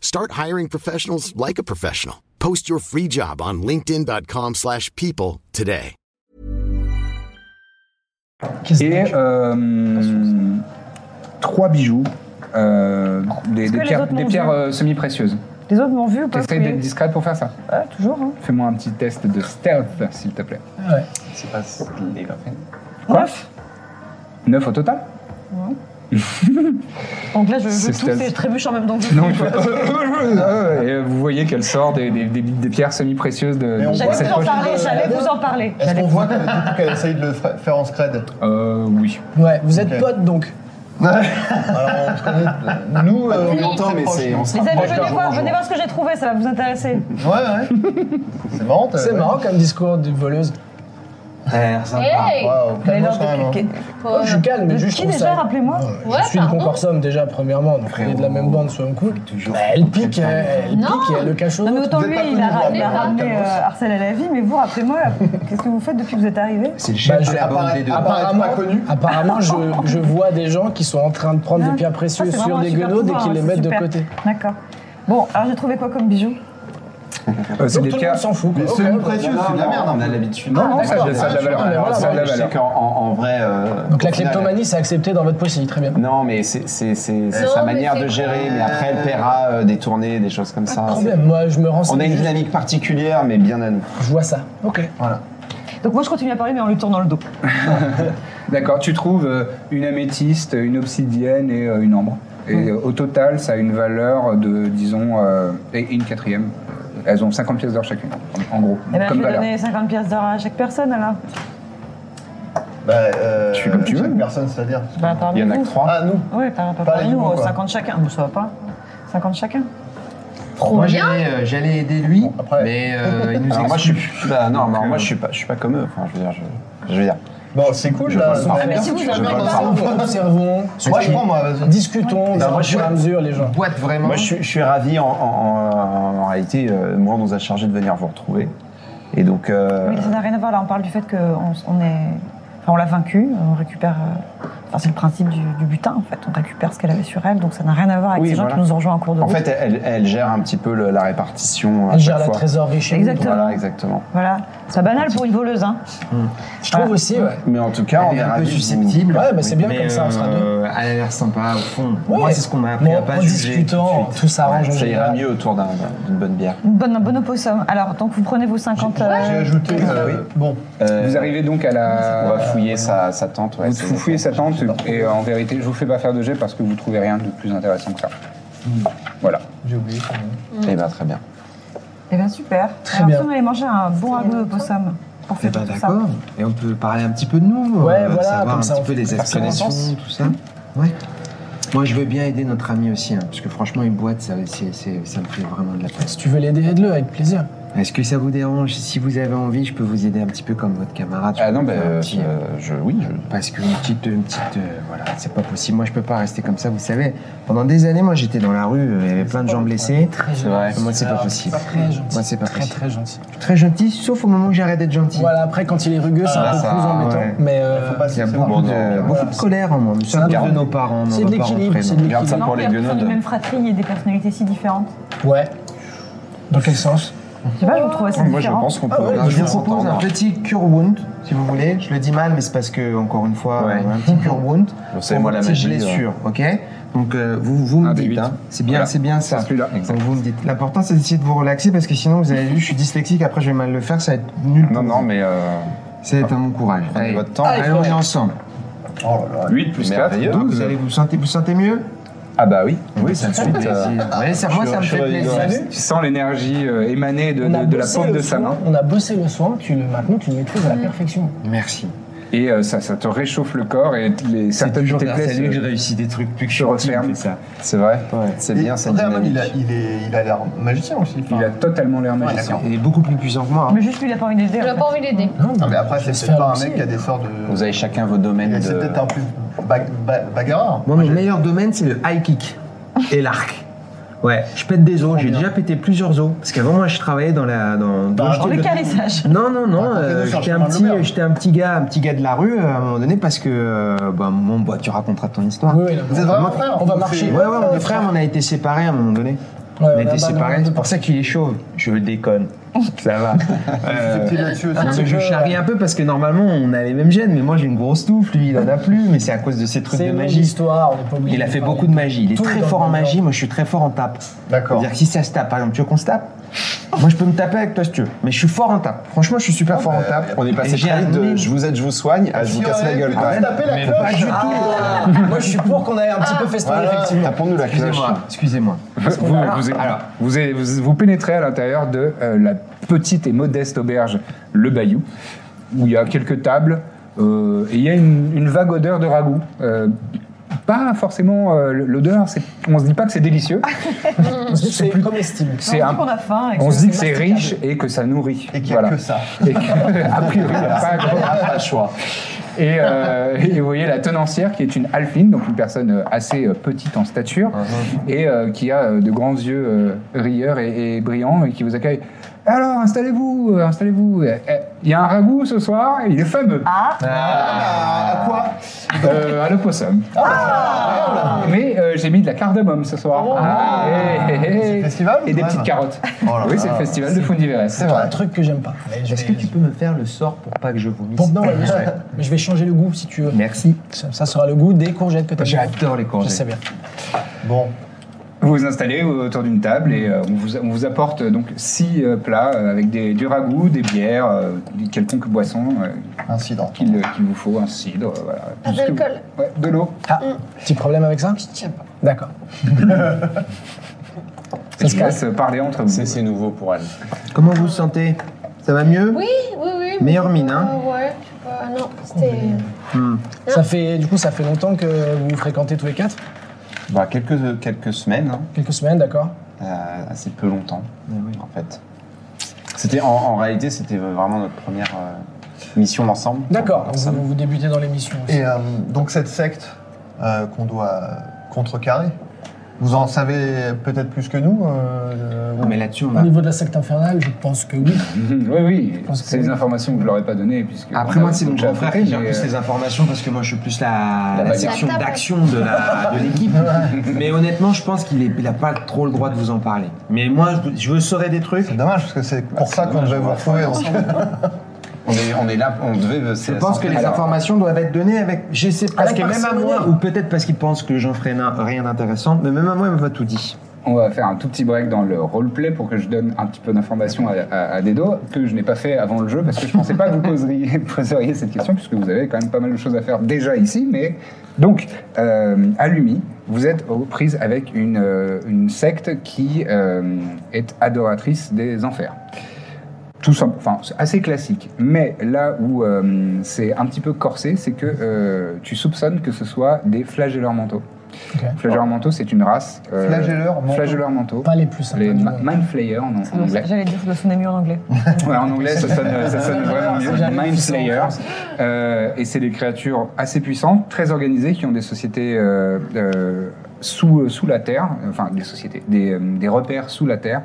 Speaker 8: Start hiring professionals like a professional. Post your free job on linkedin.com/people slash people today.
Speaker 1: et euh, trois bijoux, euh, des,
Speaker 5: Est-ce
Speaker 1: des
Speaker 5: que les
Speaker 1: pierres,
Speaker 5: autres
Speaker 1: des
Speaker 5: m'ont
Speaker 1: pierres,
Speaker 5: vu
Speaker 1: euh, semi-précieuses.
Speaker 5: Les autres m'ont vu ou pas
Speaker 1: T'essayes d'être
Speaker 5: fouiller
Speaker 1: discrète pour faire ça.
Speaker 5: Ah, toujours, hein.
Speaker 1: Fais-moi un petit test de stealth, s'il te plaît.
Speaker 6: C'est pas ce qu'il va faire.
Speaker 1: Quoi Neuf au total
Speaker 5: Donc là, je,
Speaker 1: C'est
Speaker 5: je tousse
Speaker 1: stealth.
Speaker 5: et je trébuche en même temps que je
Speaker 1: Non,
Speaker 5: fouille,
Speaker 1: tu
Speaker 5: quoi.
Speaker 1: fais- Et euh, vous voyez qu'elle sort des, des- des- des pierres semi-précieuses de,
Speaker 2: Mais on
Speaker 1: de
Speaker 2: voit
Speaker 5: J'allais
Speaker 1: cette
Speaker 5: vous en
Speaker 1: poche.
Speaker 5: parler, j'allais vous en parler.
Speaker 2: Est-ce qu'on voit que, du coup, qu'elle essaye de le fra- faire en scred
Speaker 1: Euh, oui.
Speaker 3: Ouais, vous êtes
Speaker 2: Ok.
Speaker 3: potes donc.
Speaker 2: Alors on se connaît. Nous, euh, on est
Speaker 6: longtemps, Ah, mais c'est- on se
Speaker 5: Les amis,
Speaker 6: rapproche
Speaker 5: venez
Speaker 6: d'un
Speaker 5: voir,
Speaker 6: jour.
Speaker 5: venez voir ce que j'ai trouvé, ça va vous intéresser.
Speaker 2: Ouais, ouais. C'est marrant. t'as-
Speaker 3: C'est
Speaker 2: ouais.
Speaker 3: marrant comme discours de voleuse.
Speaker 4: Ah,
Speaker 7: Hey euh,
Speaker 2: Waouh,
Speaker 5: Mais
Speaker 2: calmos
Speaker 5: non,
Speaker 2: quand même. hein.
Speaker 5: qui- qui-
Speaker 3: Oh, je suis calme, mais
Speaker 5: de
Speaker 3: juste.
Speaker 5: qui
Speaker 3: je trouve
Speaker 5: déjà,
Speaker 3: ça-
Speaker 5: rappelez-moi
Speaker 3: Ouais,
Speaker 7: Ouais,
Speaker 3: je suis une
Speaker 7: pardon.
Speaker 3: concorsum déjà, premièrement, donc on est de la même bande, soyons cool. Bah, elle pique, elle, elle
Speaker 7: Non.
Speaker 3: pique et elle le cache aux
Speaker 5: Non, mais
Speaker 3: autres.
Speaker 5: autant
Speaker 2: Vous êtes
Speaker 5: lui,
Speaker 2: pas
Speaker 5: il a,
Speaker 2: connus,
Speaker 5: ra- il a
Speaker 7: vous,
Speaker 5: ramené
Speaker 2: Arthur.
Speaker 5: euh, Arcel à la vie, mais vous, rappelez-moi, qu'est-ce que vous faites depuis que vous êtes arrivé
Speaker 4: C'est le chef
Speaker 3: Bah,
Speaker 4: de
Speaker 3: je-
Speaker 4: la bande des deux.
Speaker 2: Apparemment pas connu.
Speaker 3: Apparemment, je, je vois des gens qui sont en train de prendre
Speaker 5: Ah,
Speaker 3: des pierres
Speaker 5: ça,
Speaker 3: précieuses
Speaker 5: c'est
Speaker 3: sur
Speaker 5: vraiment un
Speaker 3: des
Speaker 5: super
Speaker 3: guenaudes et
Speaker 5: pouvoir,
Speaker 3: qui les
Speaker 5: c'est
Speaker 3: mettent de
Speaker 5: super.
Speaker 3: côté.
Speaker 5: D'accord. Bon, alors j'ai trouvé quoi comme bijou
Speaker 1: Euh, c'est
Speaker 3: Donc
Speaker 1: des
Speaker 3: tout le monde
Speaker 1: cas.
Speaker 3: s'en fout. quoi.
Speaker 2: Mais
Speaker 3: Ok,
Speaker 2: celui
Speaker 3: ok.
Speaker 2: précieux, c'est de la merde.
Speaker 6: on
Speaker 2: hein.
Speaker 6: a l'habitude.
Speaker 1: Non, non,
Speaker 3: Ah,
Speaker 1: ça,
Speaker 3: d'accord.
Speaker 1: j'ai- ça a de la
Speaker 3: Ah, mais
Speaker 1: valeur.
Speaker 3: voilà,
Speaker 1: Ça a de la
Speaker 6: bah, Je sais
Speaker 1: valeur.
Speaker 6: qu'en en- en vrai. euh,
Speaker 3: Donc la
Speaker 6: au final,
Speaker 3: kleptomanie, c'est accepté dans votre poésie, très bien.
Speaker 6: Non, mais c'est c'est- c'est- c'est Ah,
Speaker 7: Non,
Speaker 6: sa
Speaker 7: mais
Speaker 6: manière
Speaker 7: c'est
Speaker 6: de gérer,
Speaker 7: quoi
Speaker 6: mais après elle paiera euh, des tournées, des choses comme
Speaker 4: Ah,
Speaker 6: ça.
Speaker 3: Problème, Ah, moi je me renseigne.
Speaker 6: On a une
Speaker 3: juste,
Speaker 6: dynamique particulière, mais bien à nous.
Speaker 3: Je vois ça. Ok.
Speaker 5: Donc moi, je continue à parler, mais en lui tournant le dos.
Speaker 1: D'accord, tu trouves euh, une améthyste, une obsidienne et euh, une ambre. Et
Speaker 3: Mm.
Speaker 1: euh, au total, ça a une valeur de, disons, euh, et une quatrième. Euh, Elles ont 50 pièces d'or chacune, en, en gros,
Speaker 5: Eh ben, je
Speaker 1: comme
Speaker 5: vais
Speaker 1: valeur.
Speaker 5: donner 50 pièces d'or à chaque personne, alors.
Speaker 2: Bah, euh,
Speaker 1: Tu fais comme tu
Speaker 2: chaque
Speaker 1: veux.
Speaker 2: personne, c'est-à-dire.
Speaker 5: Bah, parmi
Speaker 6: Il y en a
Speaker 5: vous.
Speaker 6: que trois.
Speaker 2: Ah, nous
Speaker 5: Oui, par par-
Speaker 2: Pas
Speaker 5: parmi
Speaker 2: les
Speaker 5: nous,
Speaker 2: nouveaux, quoi.
Speaker 5: 50 chacun. Bon, ça va pas 50 chacun.
Speaker 4: Moi j'allais euh, j'allais aider lui,
Speaker 2: après-
Speaker 4: mais euh, <laughs> il nous
Speaker 6: Alors, moi, je
Speaker 4: exclut.
Speaker 6: suis, bah, non, mais alors,
Speaker 1: euh,
Speaker 6: moi, je suis pas, je suis pas comme eux. Enfin, je veux dire, je, je veux dire.
Speaker 2: Bon,
Speaker 1: Mhm.
Speaker 2: c'est cool
Speaker 6: Je
Speaker 2: là. Bah,
Speaker 6: vole
Speaker 2: c'est
Speaker 6: pas.
Speaker 2: la
Speaker 6: Ah, mais
Speaker 2: merde.
Speaker 6: si vous
Speaker 2: Je
Speaker 6: avez
Speaker 2: vole
Speaker 6: un
Speaker 2: pas.
Speaker 6: parle.
Speaker 3: Observons, observons,
Speaker 2: Moi, je prends, moi, vas-y.
Speaker 3: discutons,
Speaker 6: Bah,
Speaker 4: Non, moi,
Speaker 3: au
Speaker 4: je suis-
Speaker 3: fur et à mesure les gens.
Speaker 4: Boîte vraiment.
Speaker 6: Moi, je suis, je suis ravi. En, en- en- en réalité, euh, moi, on nous a chargé de venir vous retrouver. Et donc, euh,
Speaker 5: Oui, ça n'a rien à voir. Là, on parle du fait qu'on on est... Enfin, on l'a vaincue, on récupère... euh, Enfin, c'est le principe du, du butin, en fait. On récupère ce qu'elle avait sur elle, donc ça n'a rien à voir avec
Speaker 6: Oui,
Speaker 5: ces gens
Speaker 6: voilà.
Speaker 5: qui nous ont rejoints en cours de
Speaker 6: en
Speaker 5: route.
Speaker 6: fait, elle, elle gère un petit peu le- la répartition. euh, à
Speaker 3: Elle gère
Speaker 6: chaque
Speaker 3: la
Speaker 6: fois.
Speaker 3: trésorerie chez nous.
Speaker 5: Exactement.
Speaker 6: Voilà, exactement.
Speaker 5: Voilà. C'est pas banal pour une voleuse, hein.
Speaker 3: Je
Speaker 6: Ah.
Speaker 3: trouve aussi, ouais.
Speaker 6: Mais en tout cas, on
Speaker 4: Elle
Speaker 6: est
Speaker 4: est un peu
Speaker 6: ravis de vous-
Speaker 4: susceptible.
Speaker 3: Ouais, bah, c'est bien, comme ça, on sera
Speaker 4: euh, Elle a l'air sympa au fond. Moi,
Speaker 3: Ouais.
Speaker 4: c'est ce qu'on m'a appris
Speaker 3: Bon,
Speaker 4: à pas
Speaker 3: en
Speaker 4: juger.
Speaker 3: discutant,
Speaker 4: tout de suite.
Speaker 3: tout s'arrange en
Speaker 6: Ça ira
Speaker 3: général.
Speaker 6: mieux autour d'un- d'un- d'une bonne bière.
Speaker 5: Une bonne, un bon opossum. Alors, donc vous prenez vos 50... euh,
Speaker 2: J'ai ajouté.
Speaker 6: Ah
Speaker 2: euh, Bon,
Speaker 6: Euh,
Speaker 1: Vous arrivez donc à
Speaker 6: On
Speaker 1: la.
Speaker 6: va fouiller sa, sa tente. ouais,
Speaker 1: Vous
Speaker 6: c'est-
Speaker 1: vous fouillez sa tente et euh, en vérité, je vous fais pas faire de jet parce que vous trouvez rien de plus intéressant que ça. Voilà.
Speaker 2: j'ai oublié. son nom.
Speaker 6: Eh ben, très bien.
Speaker 5: Eh bien, super.
Speaker 3: Très
Speaker 5: Alors,
Speaker 3: bien.
Speaker 5: si on allait manger un bon ragoût d'opossum pour
Speaker 4: Eh
Speaker 5: faire
Speaker 4: ben,
Speaker 5: tout ça.
Speaker 4: d'accord. Et on peut parler un petit peu de nous,
Speaker 3: Ouais,
Speaker 4: euh,
Speaker 3: voilà,
Speaker 4: savoir
Speaker 3: comme
Speaker 4: un
Speaker 3: ça, on
Speaker 4: petit peu
Speaker 3: fait
Speaker 4: les
Speaker 3: personne
Speaker 4: aspirations,
Speaker 3: en
Speaker 4: tout ça. Ouais. Moi, je veux bien aider notre ami aussi, hein, parce que franchement, une boîte, ça, c'est- c'est- ça me fait vraiment de la peine.
Speaker 3: Si tu veux l'aider, aide-le avec plaisir.
Speaker 4: Est-ce que ça vous dérange Si vous avez envie, je peux vous aider un petit peu comme votre camarade. Je
Speaker 6: Ah
Speaker 4: peux
Speaker 6: non,
Speaker 4: vous
Speaker 6: ben,
Speaker 4: faire un
Speaker 6: euh,
Speaker 4: petit, euh,
Speaker 6: euh, je, oui, je,
Speaker 4: Parce qu'une petite, une petite, euh, voilà, c'est pas possible. Moi, je peux pas rester comme ça, vous savez. Pendant des années, moi, j'étais dans la rue, euh, il y avait plein de gens blessés.
Speaker 3: C'est
Speaker 6: vrai.
Speaker 4: Moi, c'est pas possible.
Speaker 3: Très gentil.
Speaker 4: Moi, c'est pas
Speaker 3: Très,
Speaker 4: possible.
Speaker 3: très gentil.
Speaker 4: Je suis Très gentil, sauf au moment où j'arrête d'être gentil.
Speaker 3: Voilà, après, quand il est rugueux, c'est
Speaker 6: Ah,
Speaker 3: un peu
Speaker 6: ça,
Speaker 3: plus embêtant.
Speaker 4: ouais.
Speaker 3: Mais
Speaker 2: Faut
Speaker 3: euh,
Speaker 2: pas
Speaker 4: Il y a
Speaker 2: se
Speaker 4: beaucoup,
Speaker 2: séparer.
Speaker 4: de, beaucoup de colère en moi. C'est un
Speaker 6: garde-
Speaker 4: de nos parents.
Speaker 3: c'est
Speaker 4: on va
Speaker 3: de
Speaker 4: pas
Speaker 3: l'équilibre,
Speaker 4: rentrer
Speaker 3: c'est
Speaker 4: dans-
Speaker 3: de
Speaker 6: Garde ça
Speaker 3: l'équilibre.
Speaker 6: pour les
Speaker 5: Non, puis, ils sont
Speaker 6: guenaudes.
Speaker 5: du même fratrie et des personnalités si différentes.
Speaker 3: Ouais. Dans quel sens
Speaker 5: Je sais pas, je vous trouve assez
Speaker 6: Moi, Ah, je
Speaker 5: différent.
Speaker 6: pense qu'on peut
Speaker 4: Alors,
Speaker 6: bien
Speaker 4: Ah, je vous propose un
Speaker 1: hein.
Speaker 6: s'entendre.
Speaker 4: petit cure wound, si vous voulez. Je le dis mal, mais c'est parce que, encore une fois,
Speaker 6: Ouais.
Speaker 4: un petit cure wound.
Speaker 6: <laughs> Vous savez, moi, la magie, Ah, bah,
Speaker 4: blessure, ok Donc, euh, vous, vous me
Speaker 1: Un des huit.
Speaker 4: dites, hein. c'est bien,
Speaker 1: Voilà.
Speaker 4: c'est bien ça.
Speaker 1: C'est celui-là.
Speaker 4: Donc, vous me dites. L'important, c'est d'essayer de vous relaxer parce que sinon, vous avez vu, je suis dyslexique. Après, je vais mal le faire, ça va être nul.
Speaker 6: Non, non, mais euh,
Speaker 4: C'est un bon courage.
Speaker 6: prenez
Speaker 4: Allez.
Speaker 6: votre temps.
Speaker 4: Allez, on est ensemble.
Speaker 2: Oh
Speaker 4: Ah,
Speaker 2: là là.
Speaker 1: 8 plus 4,
Speaker 6: Merveilleux.
Speaker 1: 12.
Speaker 4: Vous allez vous sentez, vous sentez mieux
Speaker 6: Ah bah oui.
Speaker 4: Oui, ça me fait plaisir. euh,
Speaker 2: euh,
Speaker 4: Ouais, ça, moi,
Speaker 6: Je suis-
Speaker 4: ça me
Speaker 6: je suis-
Speaker 4: fait plaisir.
Speaker 3: Salut.
Speaker 1: Tu sens l'énergie euh, émaner de,
Speaker 3: On a
Speaker 1: de- de la
Speaker 3: bossé
Speaker 1: paume
Speaker 3: le
Speaker 1: de hein. sa
Speaker 4: hein.
Speaker 3: soin,
Speaker 1: main
Speaker 3: On a bossé le soin, tu le, maintenant tu le maîtrises à la perfection.
Speaker 4: Merci.
Speaker 1: et euh, ça, ça te réchauffe le corps et les, certaines de tes plaies se-
Speaker 4: réussis des trucs plus que
Speaker 1: se referment.
Speaker 6: C'est vrai.
Speaker 4: Ouais.
Speaker 6: C'est
Speaker 2: Et
Speaker 6: bien cette
Speaker 2: Anderman,
Speaker 6: dynamique.
Speaker 2: il a- il est- il a l'air magicien aussi. enfin.
Speaker 1: Il a totalement l'air
Speaker 2: Ouais,
Speaker 1: magicien.
Speaker 2: d'accord.
Speaker 4: Il est beaucoup plus puissant que moi. hein.
Speaker 5: Mais juste, lui, il a pas envie d'aider.
Speaker 7: On n'a
Speaker 5: en fait.
Speaker 7: pas envie d'aider.
Speaker 2: Non, mais après,
Speaker 3: Je
Speaker 2: c'est
Speaker 3: sais
Speaker 2: peut-être pas un
Speaker 3: aussi.
Speaker 2: mec qui a des sorts de.
Speaker 6: Vous avez chacun vos domaines
Speaker 2: Et C'est
Speaker 6: de.
Speaker 2: peut-être un plus ba- ba- bagarreur.
Speaker 4: Moi, mon meilleur domaine, c'est le high kick et l'arc. Ouais, je pète des os. J'ai déjà pété plusieurs os. Parce qu'avant, moi, je travaillais dans la. Dans, dans-
Speaker 2: Bah,
Speaker 4: j'étais
Speaker 5: Dans
Speaker 4: le-
Speaker 5: le caressage.
Speaker 4: Non, non, non.
Speaker 2: Racontez-nous ça,
Speaker 4: euh, j'étais
Speaker 2: je
Speaker 4: un
Speaker 2: parle
Speaker 4: petit,
Speaker 2: de merde.
Speaker 4: j'étais un petit gars, un petit gars de la rue euh, à un moment donné parce que, euh, bah, mon bah, tu raconteras ton histoire.
Speaker 3: Oui, oui, là,
Speaker 2: Vous êtes vraiment frères
Speaker 3: on va
Speaker 2: vous,
Speaker 3: marcher.
Speaker 2: c'est-
Speaker 4: Ouais, ouais, on est frères, mais on a été séparés à un moment donné. on
Speaker 3: Ouais, on
Speaker 4: a
Speaker 3: a
Speaker 4: été
Speaker 3: pas
Speaker 4: séparés.
Speaker 3: de-
Speaker 4: C'est pour ça qu'il est chauve. Je déconne. Ça <laughs> va. Euh,
Speaker 2: Petit là-dessus
Speaker 6: Ah,
Speaker 2: aussi.
Speaker 4: non, mais je charrie un peu parce que normalement on a les mêmes gènes, mais moi j'ai une grosse touffe, lui il en a plus, mais c'est à cause de ces trucs
Speaker 3: C'est
Speaker 4: de
Speaker 3: une
Speaker 4: magie.
Speaker 3: histoire, on n'est pas obligé.
Speaker 4: Il a fait
Speaker 3: parler.
Speaker 4: beaucoup de magie. Il est
Speaker 3: Tout
Speaker 4: très
Speaker 3: dans
Speaker 4: fort
Speaker 3: le
Speaker 4: en
Speaker 3: même
Speaker 4: magie.
Speaker 3: genre.
Speaker 4: Moi, je suis très fort en tape.
Speaker 2: D'accord.
Speaker 4: C'est-à-dire que si ça se tape, par exemple, tu veux qu'on se tape Moi, je peux me taper avec toi si tu veux. Mais je suis fort en tape. Franchement, je suis super fort en tape.
Speaker 6: On est
Speaker 4: Et
Speaker 6: passé
Speaker 4: j'ai
Speaker 6: très
Speaker 4: un
Speaker 6: vite de
Speaker 4: nez-
Speaker 6: je vous aide, je vous soigne à je vous
Speaker 2: Si on
Speaker 6: casse la
Speaker 2: avait
Speaker 6: gueule
Speaker 2: pu
Speaker 4: Ah
Speaker 6: quand même.
Speaker 2: taper la
Speaker 4: Pas du
Speaker 2: cloche.
Speaker 4: tout.
Speaker 3: <laughs> Moi, je suis pour qu'on aille un
Speaker 4: Ah.
Speaker 3: petit peu festif,
Speaker 2: Voilà.
Speaker 3: effectivement.
Speaker 6: Tapons-nous la cloche.
Speaker 4: Excusez-moi. Excusez-moi.
Speaker 1: Vous, vous, vous- vous- vous- vous pénétrez à l'intérieur de euh, la petite et modeste auberge Le Bayou, où il y a quelques tables euh, et il y a une, une vague odeur de ragoût. euh, pas forcément euh, l'odeur. c'est- On se dit pas que c'est délicieux.
Speaker 3: C'est comestible.
Speaker 1: C'est
Speaker 5: on
Speaker 1: un-
Speaker 5: Ah, dit qu'on a faim. et
Speaker 1: On se dit que c'est
Speaker 5: masticable.
Speaker 1: riche et que ça nourrit.
Speaker 2: Et qu'il n'y a
Speaker 1: Voilà.
Speaker 2: que ça.
Speaker 1: Et que, <laughs> a priori, il n'y a pas grand-
Speaker 2: <laughs> pas le choix.
Speaker 1: Et,
Speaker 2: <laughs>
Speaker 1: euh, et vous voyez la tenancière qui est une alpine, donc une personne euh, assez euh, petite en stature,
Speaker 2: Uh-huh.
Speaker 1: et euh, qui a euh, de grands yeux euh, rieurs et, et brillants, et qui vous accueille. Alors, installez-vous, euh, installez-vous. Eh, eh, Il y a un ragoût ce soir, il est fameux. Ah.
Speaker 5: Ah,
Speaker 2: à quoi Ah.
Speaker 1: Euh, à l'opossum. Mais euh, j'ai mis de la cardamome ce soir. Ah, eh, eh, eh.
Speaker 2: Oh. C'est le festival ou
Speaker 1: Et des
Speaker 2: quand
Speaker 1: petites
Speaker 2: même
Speaker 1: carottes.
Speaker 2: Oh là
Speaker 1: oui, c'est
Speaker 2: là.
Speaker 1: le festival de Fondiveres.
Speaker 2: C'est vrai.
Speaker 3: Un truc que j'aime pas. Mais je
Speaker 4: Est-ce que
Speaker 3: vais-
Speaker 4: tu peux me faire le sort pour pas que je vomisse
Speaker 3: Bon, non, ouais, bien sûr. Mais je vais changer le goût si tu veux.
Speaker 4: Merci.
Speaker 3: Ça, ça sera le goût des courgettes que tu as
Speaker 4: J'adore les
Speaker 3: Je
Speaker 4: congés.
Speaker 3: sais bien.
Speaker 2: Bon,
Speaker 1: Vous vous installez autour d'une table et euh, on, vous, on vous apporte euh, donc six euh, plats euh, avec des, du ragoût, des bières, euh, quelconque boisson euh,
Speaker 2: incident.
Speaker 1: qu'il euh, qu'il vous faut, un cidre, euh, voilà.
Speaker 7: Pas
Speaker 1: Tout ce que vous-
Speaker 7: d'alcool.
Speaker 1: Ouais, de l'eau.
Speaker 3: Ah, petit problème avec ça
Speaker 7: pas.
Speaker 3: D'accord.
Speaker 1: Et Je vous laisse parler euh, entre vous.
Speaker 6: C'est c'est nouveau pour elle.
Speaker 4: Comment vous vous sentez Ça va mieux
Speaker 7: Oui, oui, oui. mais-
Speaker 4: Meilleure mine, hein
Speaker 7: Euh, Ouais, je sais pas. Non, c'était.
Speaker 3: Ça fait, du coup, ça fait longtemps que vous vous fréquentez tous les quatre
Speaker 6: Bah, quelques, quelques semaines, hein,
Speaker 3: Quelques semaines, d'accord
Speaker 6: euh, assez peu longtemps, en fait. C'était en, en réalité, c'était vraiment notre première euh, mission ensemble.
Speaker 3: D'accord,
Speaker 6: Ensemble.
Speaker 3: vous, vous débutez dans l'émission aussi.
Speaker 2: Et euh, donc cette secte euh, qu'on doit euh, contrecarrer, vous en savez peut-être plus que nous euh,
Speaker 4: Non, Ah, mais là-dessus, on
Speaker 3: Au
Speaker 4: a.
Speaker 3: niveau de la secte infernale, je pense que oui.
Speaker 1: Mhm, <laughs> Oui, oui,
Speaker 3: pense que
Speaker 1: c'est
Speaker 3: oui.
Speaker 1: des informations que je ne leur ai pas données. Puisque
Speaker 4: Après,
Speaker 1: on a
Speaker 4: moi, c'est mon
Speaker 1: déjà
Speaker 4: grand frère
Speaker 1: appris,
Speaker 4: qui gère
Speaker 1: mais,
Speaker 4: plus
Speaker 1: euh,
Speaker 4: les informations parce que moi, je suis plus la, la
Speaker 6: bagarre.
Speaker 4: section
Speaker 7: La table.
Speaker 4: d'action de la- de l'équipe. mais honnêtement, je pense qu'il n'a pas trop le droit de vous en parler. Mais moi, je, je veux saurais des trucs.
Speaker 2: C'est dommage parce que c'est pour
Speaker 6: c'est
Speaker 2: ça qu'on
Speaker 6: dommage,
Speaker 2: devait
Speaker 6: on
Speaker 2: vous
Speaker 6: va
Speaker 2: retrouver. donc.
Speaker 6: On est, on est là, on devait.
Speaker 4: Je pense que les informations doivent être données avec. Je sais pas,
Speaker 3: Avec
Speaker 4: que même à
Speaker 3: parcimonie.
Speaker 4: moi, ou peut-être parce qu'il pense que j'en ferai na- rien d'intéressant, mais même à moi, il m'a pas tout dit.
Speaker 1: On va faire un tout petit break dans le roleplay pour que je donne un petit peu d'informations à, à, à Dedo que je n'ai pas fait avant le jeu parce que je pensais pas que vous poseriez, <laughs> poseriez cette question puisque vous avez quand même pas mal de choses à faire déjà ici. Mais donc, euh, à Lumi, vous êtes aux prises avec une, euh, une secte qui euh, est adoratrice des enfers tout simple, enfin c'est assez classique. Mais là où euh, c'est un petit peu corsé, c'est que euh, tu soupçonnes que ce soit des flagelleurs mentaux.
Speaker 3: Ok.
Speaker 1: Flagelleurs mentaux, c'est une race. euh,
Speaker 2: Flagelleurs mentaux.
Speaker 1: flagelleurs mentaux.
Speaker 3: Pas les plus sympas
Speaker 1: Les
Speaker 3: du
Speaker 1: ma-
Speaker 3: monde.
Speaker 1: mind flayers en, en anglais.
Speaker 5: J'allais dire, ça doit sonner mieux en anglais.
Speaker 1: Ouais, en anglais, ça sonne,
Speaker 3: <laughs>
Speaker 1: ça sonne vraiment
Speaker 3: C'est
Speaker 1: mieux.
Speaker 3: jamais
Speaker 1: Mind
Speaker 3: puissant en
Speaker 1: Slayer.
Speaker 3: France.
Speaker 1: Euh, et c'est des créatures assez puissantes, très organisées, qui ont des sociétés euh, euh, sous, sous la terre, enfin des sociétés, des, euh, des repères sous la terre,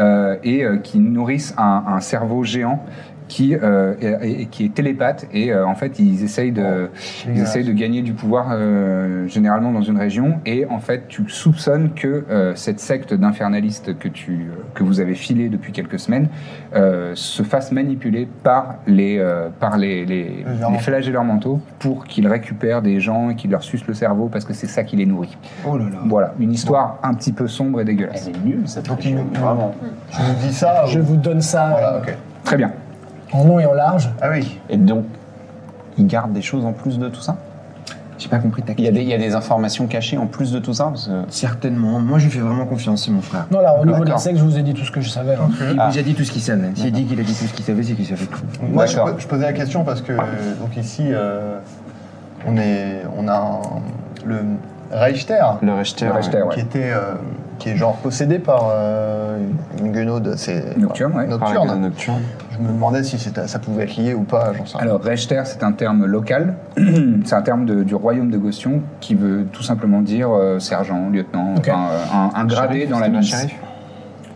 Speaker 1: euh, et euh, qui nourrissent un, un cerveau géant. Qui, euh, est, est- qui est télépathe et euh, en fait ils essayent de, ils essayent de gagner du pouvoir euh, généralement dans une région et en fait tu soupçonnes que euh, cette secte d'infernalistes que, tu euh, que vous avez filé depuis quelques semaines euh, se fasse manipuler par les, euh, par les, les,
Speaker 2: Les gens.
Speaker 1: les flagelleurs mentaux pour qu'ils récupèrent des gens et qu'ils leur sucent le cerveau parce que c'est ça qui les nourrit.
Speaker 4: Oh là là.
Speaker 1: Voilà, une histoire un petit peu sombre et dégueulasse.
Speaker 6: Elle est nulle cette
Speaker 2: <laughs> Donc,
Speaker 6: région,
Speaker 2: il-
Speaker 6: vraiment.
Speaker 2: Je vous dis ça.
Speaker 3: Je
Speaker 2: ou-
Speaker 3: vous donne ça euh,
Speaker 2: Voilà, Ah ok.
Speaker 1: Très bien.
Speaker 3: en long et en large.
Speaker 2: Ah oui.
Speaker 6: Et donc, ils gardent des choses en plus de tout ça
Speaker 4: J'ai pas compris ta
Speaker 6: il y, a
Speaker 4: question.
Speaker 6: des, il y a des informations cachées en plus de tout ça parce que-
Speaker 4: Certainement. Moi, je lui fais vraiment confiance, c'est mon frère.
Speaker 3: Non, là, au niveau de la
Speaker 6: D'accord.
Speaker 3: secte, je vous ai dit tout ce que je savais. hein.
Speaker 4: Il
Speaker 6: Ah.
Speaker 4: vous a dit tout ce qu'il savait. S'il dit qu'il a dit tout ce qu'il savait, c'est qu'il savait tout.
Speaker 2: Moi, je,
Speaker 6: D'accord.
Speaker 2: po- je posais la question parce que euh, donc ici, euh, on est, on a un- le Reichter.
Speaker 6: Le Rechter.
Speaker 1: Le Rechter, ouais.
Speaker 2: qui était euh, qui est genre possédé par euh, une guenaude c'est
Speaker 1: Nocturne, ouais.
Speaker 6: Par la
Speaker 2: nocturne.
Speaker 6: gueule nocturne.
Speaker 2: Je me demandais si c'était- ça pouvait être lié ou pas, j'en sais rien.
Speaker 1: Alors, Rechter, c'est un terme local, <clears throat> c'est un terme de- du royaume de Gostion qui veut tout simplement dire euh, sergent, lieutenant,
Speaker 3: Ok.
Speaker 1: enfin, euh, un, un gradé
Speaker 6: Shérif,
Speaker 1: dans la
Speaker 6: c'est pas
Speaker 1: milice.
Speaker 6: shérif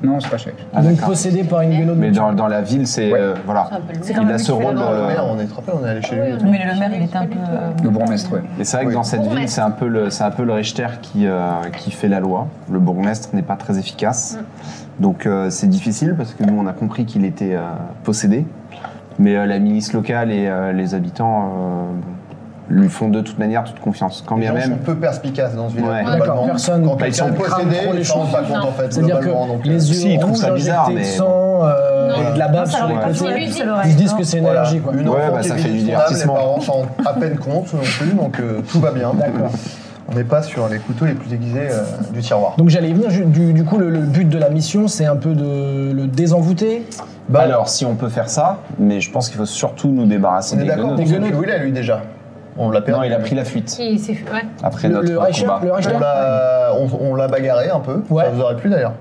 Speaker 1: Non, c'est pas shérif.
Speaker 6: Ah,
Speaker 3: Donc
Speaker 6: d'accord.
Speaker 3: possédé par une guenaude.
Speaker 6: Mais dans, dans la ville, c'est.
Speaker 1: Ouais.
Speaker 6: euh,
Speaker 4: Ah.
Speaker 6: voilà.
Speaker 7: C'est un peu le
Speaker 5: C'est
Speaker 7: même.
Speaker 5: quand
Speaker 6: Il a
Speaker 5: même
Speaker 6: ce rôle.
Speaker 2: Ah, le
Speaker 6: euh,
Speaker 2: maire, on est frappé, on est allé chez lui.
Speaker 7: Oui, Ah on est-
Speaker 5: Mais le maire, il est un peu. euh,
Speaker 1: Le bourgmestre, ouais.
Speaker 6: Et c'est vrai que
Speaker 2: Oui.
Speaker 6: dans cette ville,
Speaker 7: Bourgmestre.
Speaker 6: c'est un peu le, c'est un peu le Richter qui, euh, qui fait la loi. Le bourgmestre n'est pas très efficace. Donc euh, c'est difficile parce que nous, on a compris qu'il était euh, possédé. Mais euh, la milice locale et euh, les habitants euh, lui font de toute manière toute confiance. Quand
Speaker 2: Les
Speaker 6: bien
Speaker 2: gens
Speaker 6: même.
Speaker 2: sont peu perspicaces dans ce village.
Speaker 6: Ouais.
Speaker 2: globalement.
Speaker 3: D'accord, personne-
Speaker 2: Quand
Speaker 3: bah,
Speaker 2: ils sont
Speaker 3: ils crament
Speaker 2: possédés,
Speaker 3: trop les
Speaker 2: ils s'en rendent pas
Speaker 3: choses.
Speaker 2: compte en fait.
Speaker 3: C'est-à-dire
Speaker 2: globalement,
Speaker 3: que
Speaker 2: donc,
Speaker 3: les
Speaker 2: euh,
Speaker 3: yeux
Speaker 6: Si, ils trouvent
Speaker 3: rouges,
Speaker 6: ça bizarre,
Speaker 3: injectés de
Speaker 6: mais
Speaker 3: sang, euh,
Speaker 7: Non,
Speaker 3: et de la bave
Speaker 5: ça
Speaker 3: sur les
Speaker 5: leur passe
Speaker 3: côtés.
Speaker 5: plus
Speaker 7: Ils
Speaker 5: sur l'oreille,
Speaker 3: Ils se disent
Speaker 5: non
Speaker 3: que c'est une
Speaker 2: voilà.
Speaker 3: allergie, quoi.
Speaker 2: Une
Speaker 6: Ouais,
Speaker 2: enfant
Speaker 6: bah,
Speaker 2: qui
Speaker 6: ça
Speaker 2: est
Speaker 6: fait du
Speaker 2: victime, Les
Speaker 6: divertissement.
Speaker 2: parents s'en rendent à peine compte non plus, donc euh, tout va bien.
Speaker 3: D'accord.
Speaker 2: On n'est pas sur les couteaux les plus aiguisés euh, du tiroir.
Speaker 3: Donc j'allais y venir. ju- Du, du coup, le, le but de la mission, c'est un peu de le désenvoûter.
Speaker 2: Bah,
Speaker 6: Alors, si on peut faire ça, mais je pense qu'il faut surtout nous débarrasser
Speaker 2: on est
Speaker 6: des
Speaker 2: d'accord
Speaker 6: guenaudes.
Speaker 2: pour ce que vous voulez, lui déjà. On l'a
Speaker 6: Non,
Speaker 2: perdu.
Speaker 6: il a pris la fuite
Speaker 7: Qui s'est fait. Ouais.
Speaker 6: après
Speaker 3: Le,
Speaker 6: notre
Speaker 3: le Reicher,
Speaker 6: combat.
Speaker 3: le Reicher
Speaker 2: On l'a, on, on l'a bagarré un peu.
Speaker 3: Ouais.
Speaker 2: Ça vous aurait plu d'ailleurs.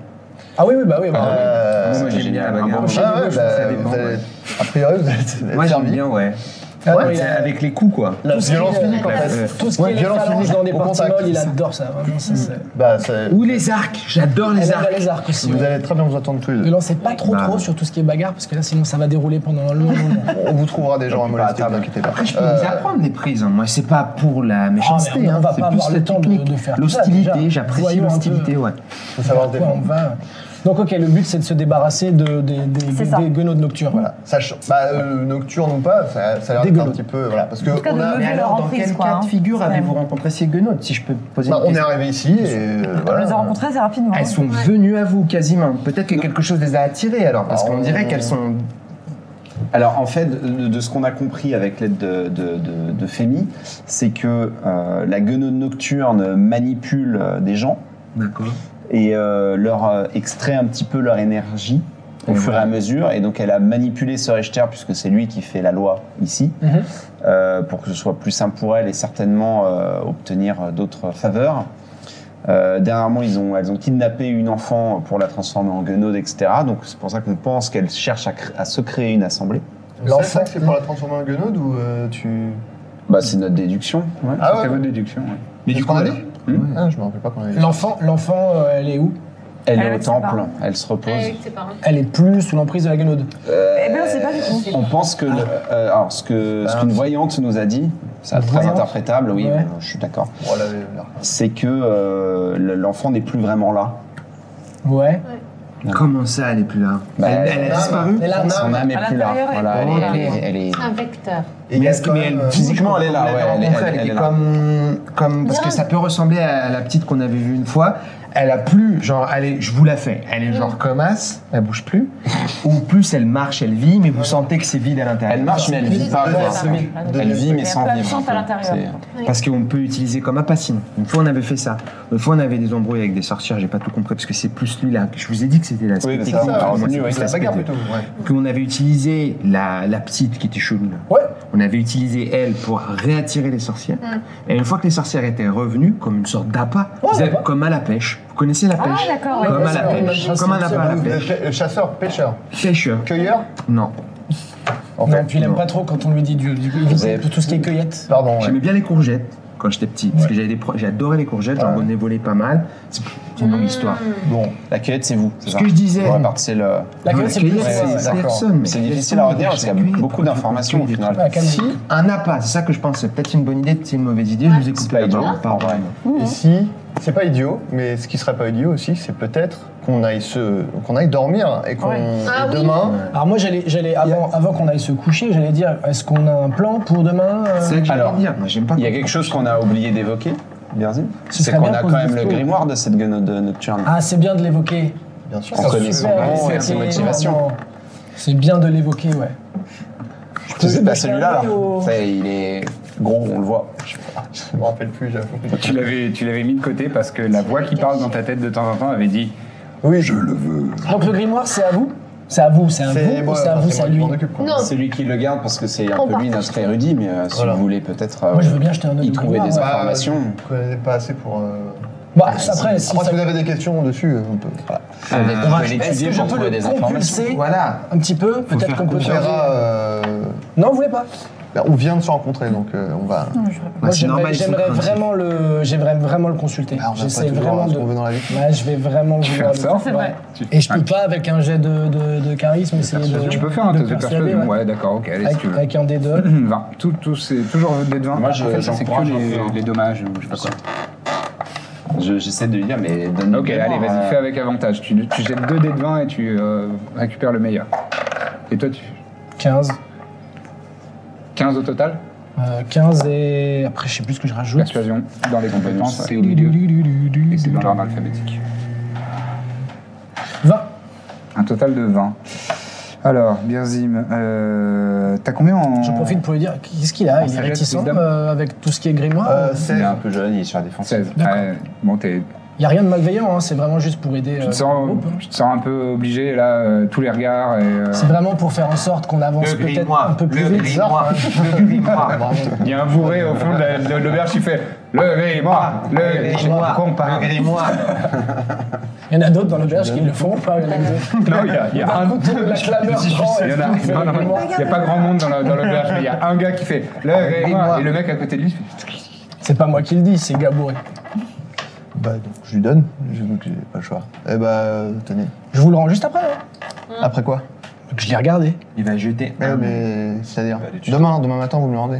Speaker 3: Ah oui, oui, bah oui. bah oui.
Speaker 2: Euh,
Speaker 6: Moi, j'aime bien la bagarre.
Speaker 4: Moi,
Speaker 2: ah
Speaker 4: j'aime
Speaker 2: ouais,
Speaker 4: bien, je
Speaker 2: bah,
Speaker 4: pense que ça dépend,
Speaker 2: vous
Speaker 4: ouais.
Speaker 2: allez- a priori, vous êtes
Speaker 4: Moi j'aime
Speaker 2: servi.
Speaker 4: bien, ouais.
Speaker 3: Ah,
Speaker 2: Ouais,
Speaker 3: non, il a-
Speaker 4: Avec les coups quoi.
Speaker 2: La
Speaker 3: tout ce qui
Speaker 2: violence
Speaker 3: est- euh,
Speaker 2: physique en fait.
Speaker 3: Tout ce qui
Speaker 2: Ouais,
Speaker 3: est les
Speaker 2: violence
Speaker 3: phalanges
Speaker 2: physique
Speaker 3: dans des
Speaker 2: au
Speaker 3: parties
Speaker 2: contact,
Speaker 3: molles, il
Speaker 2: c'est ça.
Speaker 3: adore ça. Vraiment, ça, c'est-
Speaker 2: Bah, c'est-
Speaker 4: Ou les arcs, j'adore les
Speaker 3: Elle adore
Speaker 4: arcs.
Speaker 3: Eh ben, bah, les arcs aussi.
Speaker 2: vous allez très bien vous entendre tous les
Speaker 3: Ne
Speaker 2: deux.
Speaker 3: lancez pas trop
Speaker 4: Bah.
Speaker 3: trop sur tout ce qui est bagarre, parce que là, sinon, ça va dérouler pendant un long moment.
Speaker 2: On vous trouvera des gens à
Speaker 6: Ah,
Speaker 2: molester,
Speaker 6: bah,
Speaker 2: ne vous inquiétez pas.
Speaker 4: Après, je peux
Speaker 2: Euh,
Speaker 4: vous apprendre les prises. hein. Moi, c'est pas pour la
Speaker 3: Ah,
Speaker 4: méchanceté.
Speaker 3: mais on
Speaker 4: hein.
Speaker 3: va
Speaker 4: C'est
Speaker 3: pas
Speaker 4: plus
Speaker 3: avoir
Speaker 4: la
Speaker 3: le temps de-
Speaker 4: technique.
Speaker 3: de faire ça, déjà.
Speaker 4: L'hostilité, j'apprécie
Speaker 3: Voyons un peu.
Speaker 4: l'hostilité, ouais.
Speaker 2: faut savoir se
Speaker 3: Quoi, on
Speaker 2: défendre.
Speaker 3: va. Donc, ok, le but, c'est de se débarrasser de, des- des-
Speaker 5: C'est
Speaker 3: des-
Speaker 5: ça.
Speaker 3: des guenaudes nocturnes.
Speaker 2: Voilà. Ça ch- bah, euh, nocturne ou pas, ça, ça a l'air d'être un
Speaker 3: Dégueulasse.
Speaker 2: petit peu. Voilà, parce que
Speaker 5: cas,
Speaker 2: on,
Speaker 5: de
Speaker 2: a-
Speaker 5: lever leur
Speaker 4: dans
Speaker 5: emprise,
Speaker 4: quel
Speaker 5: quoi,
Speaker 4: cas de
Speaker 5: hein.
Speaker 4: figure
Speaker 5: C'est
Speaker 4: avez-vous
Speaker 5: vrai.
Speaker 4: rencontré ces guenottes, si je peux poser
Speaker 2: bah,
Speaker 4: une
Speaker 2: on est
Speaker 4: question
Speaker 2: arrivé ici et euh,
Speaker 5: On
Speaker 2: voilà.
Speaker 5: les a rencontrés assez rapidement.
Speaker 4: Elles sont venues à vous quasiment. Peut-être que quelque chose les a attirées alors, parce
Speaker 2: Ah,
Speaker 4: qu'on
Speaker 2: on-
Speaker 4: dirait qu'elles sont.
Speaker 6: Alors en fait, de, de ce qu'on a compris avec l'aide de, de, de- de Femi, c'est que euh, la guenaude nocturne manipule euh, des gens
Speaker 4: D'accord.
Speaker 6: et euh, leur euh, extrait un petit peu leur énergie au
Speaker 4: Et
Speaker 6: fur et
Speaker 4: voilà.
Speaker 6: à mesure. Et donc elle a manipulé ce Richter, puisque c'est lui qui fait la loi ici, euh, pour que ce soit plus simple pour elle et certainement euh, obtenir euh, d'autres faveurs. Euh, dernièrement, ils ont, elles ont kidnappé une enfant pour la transformer en guenaude, etc. Donc c'est pour ça qu'on pense qu'elles cherchent à, cr- à se créer une assemblée.
Speaker 2: L'enfant, c'est ça que c'est pour la transformer en guenaude ou euh, tu.
Speaker 6: Bah, c'est notre déduction. Ouais,
Speaker 2: Ah
Speaker 6: c'était
Speaker 2: ouais.
Speaker 6: votre déduction. ouais.
Speaker 2: Mais du coup, on a dit
Speaker 6: Hmm
Speaker 2: Ah, Je me rappelle pas qu'on avait dit.
Speaker 3: L'enfant, l'enfant, euh, elle est où
Speaker 6: Elle,
Speaker 5: Elle
Speaker 6: est au
Speaker 5: reste là-bas.
Speaker 6: temple, elle se repose.
Speaker 7: Avec ses parents.
Speaker 3: Elle est plus sous l'emprise de la guenaude.
Speaker 5: Eh bien, on sait pas du tout.
Speaker 6: On pense que, le- euh, alors, ce que ce qu'une voyante nous a dit, c'est
Speaker 3: Une
Speaker 6: très
Speaker 3: voyante
Speaker 6: interprétable, oui,
Speaker 3: Ouais.
Speaker 6: je suis d'accord.
Speaker 2: Oh, elle avait l'air-
Speaker 6: C'est que euh, le- l'enfant n'est plus vraiment là.
Speaker 3: Ouais.
Speaker 4: Comment ça, elle est plus là
Speaker 6: Bah,
Speaker 4: elle, elle a
Speaker 2: Ah,
Speaker 4: disparu
Speaker 3: Elle a-
Speaker 6: Son âme est
Speaker 5: à
Speaker 6: plus là.
Speaker 5: l'intérieur, elle
Speaker 6: Voilà,
Speaker 5: est
Speaker 6: elle,
Speaker 5: pas
Speaker 6: est-
Speaker 5: là.
Speaker 6: elle est-
Speaker 7: C'est un vecteur.
Speaker 2: Et il y
Speaker 4: Mais
Speaker 2: a
Speaker 4: est-ce que
Speaker 2: quand
Speaker 4: mais
Speaker 2: même,
Speaker 4: elle-
Speaker 2: euh,
Speaker 4: physiquement, elle est là,
Speaker 6: Vous
Speaker 4: ouais,
Speaker 6: l'avez
Speaker 4: elle, est-
Speaker 6: rencontrée,
Speaker 4: elle-
Speaker 6: elle
Speaker 4: elle
Speaker 6: est
Speaker 4: est
Speaker 6: là.
Speaker 4: comme, comme parce que ça peut ressembler à la petite qu'on avait vue une fois. Elle a plus, genre, elle est, je vous la fais, elle est genre comme as, elle bouge plus, ou plus elle marche, elle vit, mais vous sentez que c'est vide à l'intérieur.
Speaker 6: Elle marche, mais elle vit pas. Elle vit, mais sans
Speaker 5: Elle est
Speaker 6: vivre.
Speaker 5: absente à l'intérieur.
Speaker 6: C'est-
Speaker 4: Parce qu'on peut utiliser comme apacine. Une fois on avait fait ça. Une fois on avait des embrouilles avec des sorcières, j'ai pas tout compris parce que c'est plus lui là. Je vous ai dit que c'était l'aspect
Speaker 6: Oui, mais ça,
Speaker 4: technique.
Speaker 6: on va
Speaker 4: pour moi,
Speaker 6: revenir,
Speaker 4: c'est
Speaker 6: oui,
Speaker 4: plus
Speaker 6: c'est
Speaker 2: la
Speaker 4: l'aspect
Speaker 2: bagarre
Speaker 4: technique.
Speaker 2: plutôt. Ouais.
Speaker 4: qu'on avait utilisé la, la petite qui était chelou. là.
Speaker 3: Ouais.
Speaker 4: On avait utilisé elle pour réattirer les sorcières. Et une fois que les sorcières étaient revenues, comme une sorte d'appât, vous savez,
Speaker 3: l'appât.
Speaker 4: comme à la pêche. Vous connaissez
Speaker 7: Ah,
Speaker 4: la pêche
Speaker 5: d'accord, ouais.
Speaker 4: Comme à la
Speaker 2: Chasseur,
Speaker 4: pêche.
Speaker 2: chasseur,
Speaker 4: Comme un appât à la
Speaker 2: vous
Speaker 4: pêche.
Speaker 2: êtes Chasseur, pêcheur,
Speaker 4: Pêcheur.
Speaker 2: cueilleur
Speaker 4: Non.
Speaker 2: En
Speaker 3: Non,
Speaker 2: fait,
Speaker 3: puis il aime
Speaker 4: non.
Speaker 3: pas trop quand on lui dit du, du- du-
Speaker 6: avez-
Speaker 3: de tout ce qui est cueillette.
Speaker 2: Pardon. ouais.
Speaker 4: J'aimais bien les courgettes quand j'étais petit. Parce que j'avais des pro- j'adorais les courgettes, j'en ai volé pas mal. C'est c'est une longue histoire.
Speaker 2: Bon,
Speaker 6: La cueillette, c'est vous. c'est
Speaker 4: Ce
Speaker 6: ça
Speaker 4: que je disais.
Speaker 6: Ouais, bah, c'est le-
Speaker 4: Non,
Speaker 3: La cueillette, c'est plus. euh,
Speaker 4: cueillette,
Speaker 3: ouais, ouais,
Speaker 4: c'est
Speaker 3: ouais.
Speaker 4: personne. mais
Speaker 6: C'est
Speaker 4: la
Speaker 6: difficile
Speaker 4: personne,
Speaker 6: à redire parce qu'il y
Speaker 4: la
Speaker 6: a
Speaker 4: cueillette,
Speaker 6: beaucoup
Speaker 4: on peut
Speaker 6: d'informations au
Speaker 4: cueillir des
Speaker 6: final.
Speaker 3: Ah, calme.
Speaker 4: Si un appât, c'est ça que je pensais. Peut-être une bonne idée, peut-être une mauvaise idée. Je vous
Speaker 6: Ah,
Speaker 4: écoute
Speaker 6: C'est pas
Speaker 4: pas.
Speaker 6: idiot,
Speaker 4: pardon,
Speaker 6: en vrai.
Speaker 4: pardon.
Speaker 3: Mmh.
Speaker 2: Et si, c'est pas idiot, mais ce qui serait pas idiot aussi, c'est peut-être qu'on aille se, qu'on aille dormir et qu'on et
Speaker 7: Ah oui.
Speaker 2: demain.
Speaker 3: Alors moi j'allais, j'allais avant, avant qu'on aille se coucher, j'allais dire est-ce qu'on a un plan pour demain euh,
Speaker 4: C'est ça que j'allais
Speaker 6: Alors,
Speaker 4: dire. Moi, j'aime pas.
Speaker 6: Il y a quelque chose qu'on a oublié d'évoquer, Birzim.
Speaker 3: Ah, Ce
Speaker 6: C'est
Speaker 3: serait
Speaker 6: qu'on
Speaker 3: bien
Speaker 6: a
Speaker 3: qu'on
Speaker 6: quand
Speaker 3: se
Speaker 6: même le
Speaker 3: dise tout.
Speaker 6: grimoire de cette guenaude nocturne.
Speaker 3: Ah c'est bien de l'évoquer.
Speaker 2: Bien sûr.
Speaker 6: On connaît son
Speaker 3: Ouais,
Speaker 6: nom et
Speaker 3: c'était-
Speaker 6: ses motivations.
Speaker 3: non, Ah, C'est bien de l'évoquer, ouais.
Speaker 6: Tu sais, bah, celui-là,
Speaker 3: je peux aller au-
Speaker 6: là. Ça, Il est gros, on le voit.
Speaker 2: Je me rappelle plus. j'avoue.
Speaker 9: Tu l'avais, tu l'avais mis de côté parce que la voix qui parle dans ta tête de temps en temps avait dit
Speaker 2: Oui, je le veux.
Speaker 3: Donc le grimoire c'est à vous C'est à vous, c'est à
Speaker 2: C'est
Speaker 3: vous,
Speaker 2: moi,
Speaker 3: ou c'est à
Speaker 2: enfin,
Speaker 3: vous,
Speaker 2: c'est
Speaker 3: c'est à
Speaker 2: moi qui
Speaker 3: lui.
Speaker 2: m'en occupe. quoi.
Speaker 7: Non,
Speaker 6: C'est lui qui le garde parce que c'est un
Speaker 7: On
Speaker 6: peu lui
Speaker 7: part.
Speaker 6: notre érudit, mais euh, si
Speaker 2: Voilà.
Speaker 6: vous voulez peut-être euh,
Speaker 3: Ah, Moi, je
Speaker 6: ouais,
Speaker 3: veux bien jeter un œil
Speaker 6: y
Speaker 3: au
Speaker 6: trouver
Speaker 3: grimoire,
Speaker 6: des
Speaker 3: ouais.
Speaker 2: Bah,
Speaker 6: informations.
Speaker 2: Je connais pas assez pour. euh,
Speaker 3: Bah après, si
Speaker 2: Après,
Speaker 3: ça-
Speaker 2: si vous avez des questions dessus, euh, on peut. voilà.
Speaker 6: On va
Speaker 3: est-ce que
Speaker 6: l'étudier
Speaker 3: je
Speaker 6: pour
Speaker 3: peux
Speaker 6: trouver
Speaker 3: le
Speaker 6: des informations.
Speaker 3: compulser
Speaker 4: Voilà.
Speaker 3: un petit peu Peut-être
Speaker 4: faire
Speaker 3: qu'on peut
Speaker 2: On
Speaker 3: changer.
Speaker 2: verra. euh,
Speaker 3: Non, vous voulez pas
Speaker 2: bah, on vient de se rencontrer, donc euh, on va.
Speaker 4: Bah,
Speaker 3: Moi,
Speaker 4: c'est normal,
Speaker 3: j'aimerais
Speaker 4: ils sont
Speaker 3: j'aimerais
Speaker 4: craintifs.
Speaker 3: vraiment le, j'aimerais vraiment le consulter.
Speaker 2: Bah, on va pas
Speaker 3: J'essaie
Speaker 2: toujours
Speaker 3: vraiment
Speaker 2: avoir ce
Speaker 3: de.
Speaker 2: qu'on veut dans la vie.
Speaker 3: Ouais, je vais vraiment le
Speaker 9: fais un
Speaker 3: voir.
Speaker 9: sort
Speaker 3: Ouais. Et je peux pas avec un jet de, de, de charisme essayer de.
Speaker 9: Tu peux faire un
Speaker 3: de
Speaker 9: test de
Speaker 3: persuader,
Speaker 9: persuasion.
Speaker 3: ouais.
Speaker 9: Ouais, d'accord, ok, allez, si
Speaker 3: Avec,
Speaker 9: tu veux. <clears throat>
Speaker 3: avec un dé de.
Speaker 9: 20. Tout, tout, c'est toujours des 20.
Speaker 6: Moi, je-
Speaker 9: En fait,
Speaker 6: j'en
Speaker 9: c'est que
Speaker 6: encourage
Speaker 9: les,
Speaker 6: un peu.
Speaker 9: les dommages ou je sais pas quoi.
Speaker 6: Je- J'essaie de lui dire, mais donne
Speaker 9: Ok, allez,
Speaker 6: euh,
Speaker 9: vas-y, fais avec avantage. Tu, tu jettes 2 dés de 20 et tu euh, récupères le meilleur. Et toi, tu.
Speaker 3: 15.
Speaker 9: 15 au total
Speaker 3: Euh, 15 et. Après, je sais plus ce que je
Speaker 1: Mmh.
Speaker 3: rajoute.
Speaker 9: Persuasion dans les compétences,
Speaker 6: bonus.
Speaker 9: c'est au milieu. Et c'est dans
Speaker 1: Mmh.
Speaker 9: l'ordre alphabétique.
Speaker 3: 20.
Speaker 9: Un total de 20. Alors, Birzim, euh, t'as combien en.
Speaker 3: Je profite pour lui dire qu'est-ce qu'il a
Speaker 9: En
Speaker 3: Il est
Speaker 9: sagesse,
Speaker 3: réticent
Speaker 9: les dames.
Speaker 3: euh, avec tout ce qui est grimoire
Speaker 2: Euh,
Speaker 3: ou-
Speaker 6: Il est
Speaker 2: c'est-
Speaker 6: un peu jeune, il est sur la défense.
Speaker 9: 16.
Speaker 3: D'accord.
Speaker 9: Ouais, bon, t'es
Speaker 3: n'y a rien de malveillant, hein, c'est vraiment juste pour aider. euh,
Speaker 1: Tu te,
Speaker 3: le
Speaker 1: sens,
Speaker 3: groupe.
Speaker 1: tu te sens un peu obligé, là, euh, tous les regards. Et, euh,
Speaker 3: C'est vraiment pour faire en sorte qu'on avance
Speaker 1: Le
Speaker 3: peut-être
Speaker 1: grimoire,
Speaker 3: un peu plus
Speaker 1: le
Speaker 3: vite.
Speaker 1: grimoire,
Speaker 3: ça.
Speaker 1: le
Speaker 4: <laughs>
Speaker 1: grimoire. Il y a un bourré au fond de la- de l'auberge qui fait Le grimoire, le grimoire. Pourquoi on parle
Speaker 3: Il y en a d'autres dans l'auberge qui le font ou pas Il y en a que deux.
Speaker 1: Non, il y a, il y a
Speaker 3: D'un
Speaker 1: un.
Speaker 3: coup, tout- la clameur grand,
Speaker 1: Il y en
Speaker 3: est-ce
Speaker 1: a,
Speaker 3: qu'on
Speaker 1: non,
Speaker 3: fait
Speaker 1: non,
Speaker 3: le
Speaker 1: non,
Speaker 3: grimoire
Speaker 1: il y a pas grand monde dans la- dans l'auberge, mais il y a un gars qui fait le grimoire et le mec à côté de lui fait
Speaker 3: C'est pas moi qui le dis, c'est Gabouré.
Speaker 2: Bah, donc, je lui donne, je veux que j'ai pas le choix. Eh bah, euh, tenez.
Speaker 3: Je vous le rends juste après. hein.
Speaker 2: Après quoi
Speaker 3: Je l'ai regardé.
Speaker 4: Il va jeter.
Speaker 6: Ah,
Speaker 3: Ah.
Speaker 2: Ouais, mais c'est-à-dire.
Speaker 3: Bah,
Speaker 2: Demain, demain matin, vous me le rendez.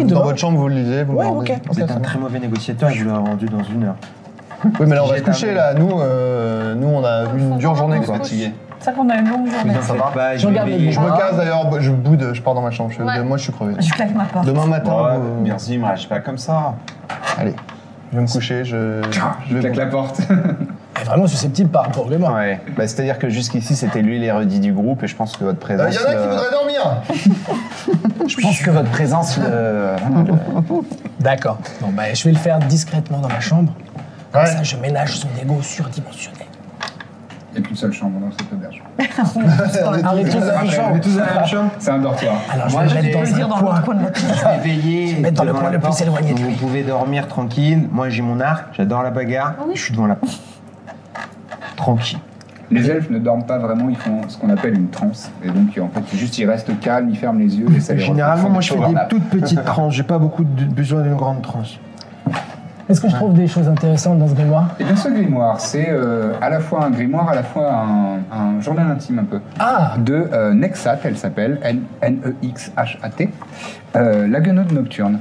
Speaker 2: Là,
Speaker 3: demain.
Speaker 2: Dans votre chambre, vous le lisez, vous
Speaker 3: Ouais,
Speaker 2: me le rendez.
Speaker 3: ok.
Speaker 4: Vous êtes un très mauvais négociateur, je lui ai rendu dans une heure.
Speaker 2: Oui, mais là, on va se
Speaker 4: Jette un
Speaker 2: coucher,
Speaker 4: œil.
Speaker 2: là. Nous, euh, nous, on a eu une dure journée, quoi.
Speaker 6: Fatigué.
Speaker 5: C'est ça qu'on a une longue journée.
Speaker 4: Ça va pas,
Speaker 3: Je
Speaker 4: vais
Speaker 3: regarde le
Speaker 4: veiller.
Speaker 2: Je me casse d'ailleurs, je boude, je pars dans ma chambre. je-
Speaker 8: Ouais.
Speaker 2: Moi, je suis crevé.
Speaker 5: Je claque ma porte.
Speaker 2: Demain matin,
Speaker 6: Bon, ouais,
Speaker 2: vous-
Speaker 6: merci, mais je suis pas comme ça.
Speaker 2: allez, je vais me coucher, je, je vais
Speaker 1: claque la porte.
Speaker 3: Elle est vraiment susceptible par rapport au grimoire.
Speaker 6: Ouais. Bah, C'est-à-dire que jusqu'ici, c'était lui l'érudit du groupe, et je pense que votre
Speaker 2: Il
Speaker 6: présence.
Speaker 2: y en a qui
Speaker 6: euh,
Speaker 2: voudraient dormir
Speaker 6: Je pense que votre
Speaker 4: <laughs>
Speaker 6: présence euh, le.
Speaker 3: D'accord. Bon, bah, je vais le faire discrètement dans ma chambre. Comme
Speaker 2: Ouais.
Speaker 3: ça, je ménage son ego surdimensionné.
Speaker 1: Il n'y a qu'une seule chambre dans cette auberge.
Speaker 3: On est tous dans la
Speaker 1: Ah,
Speaker 3: même chambre.
Speaker 1: tous dans la même chambre C'est un dortoir.
Speaker 3: Alors,
Speaker 4: Moi,
Speaker 3: je vais
Speaker 4: j'ai
Speaker 3: me mettre
Speaker 4: des
Speaker 3: dans
Speaker 4: plaisirs
Speaker 3: un
Speaker 4: dans
Speaker 3: coin.
Speaker 4: Je vais veiller.
Speaker 3: mettre dans le
Speaker 4: devant
Speaker 3: coin
Speaker 4: la
Speaker 3: le plus
Speaker 4: porte,
Speaker 3: éloigné de
Speaker 4: donc
Speaker 3: lui.
Speaker 4: Vous pouvez dormir tranquille. Moi, j'ai mon arc. J'adore la bagarre. Je suis devant la porte. Tranquille.
Speaker 1: Les elfes ne dorment pas vraiment, ils font ce qu'on appelle une transe. Et donc, en fait, ils- juste ils restent calmes, ils ferment les yeux et ça les
Speaker 4: Généralement,
Speaker 1: refait
Speaker 4: moi, je fais
Speaker 1: voir
Speaker 4: des
Speaker 1: la-
Speaker 4: toutes petites tranches. J'ai pas beaucoup de besoin d'une grande tranche.
Speaker 3: Est-ce que je trouve des choses intéressantes dans ce grimoire
Speaker 1: Et Eh bien, ce grimoire, c'est euh, à la fois un grimoire, à la fois un, un journal intime un peu.
Speaker 3: Ah
Speaker 1: De euh, Nexat, elle s'appelle, N- E N-E-X-H-A-T, euh, La Guenaude Nocturne.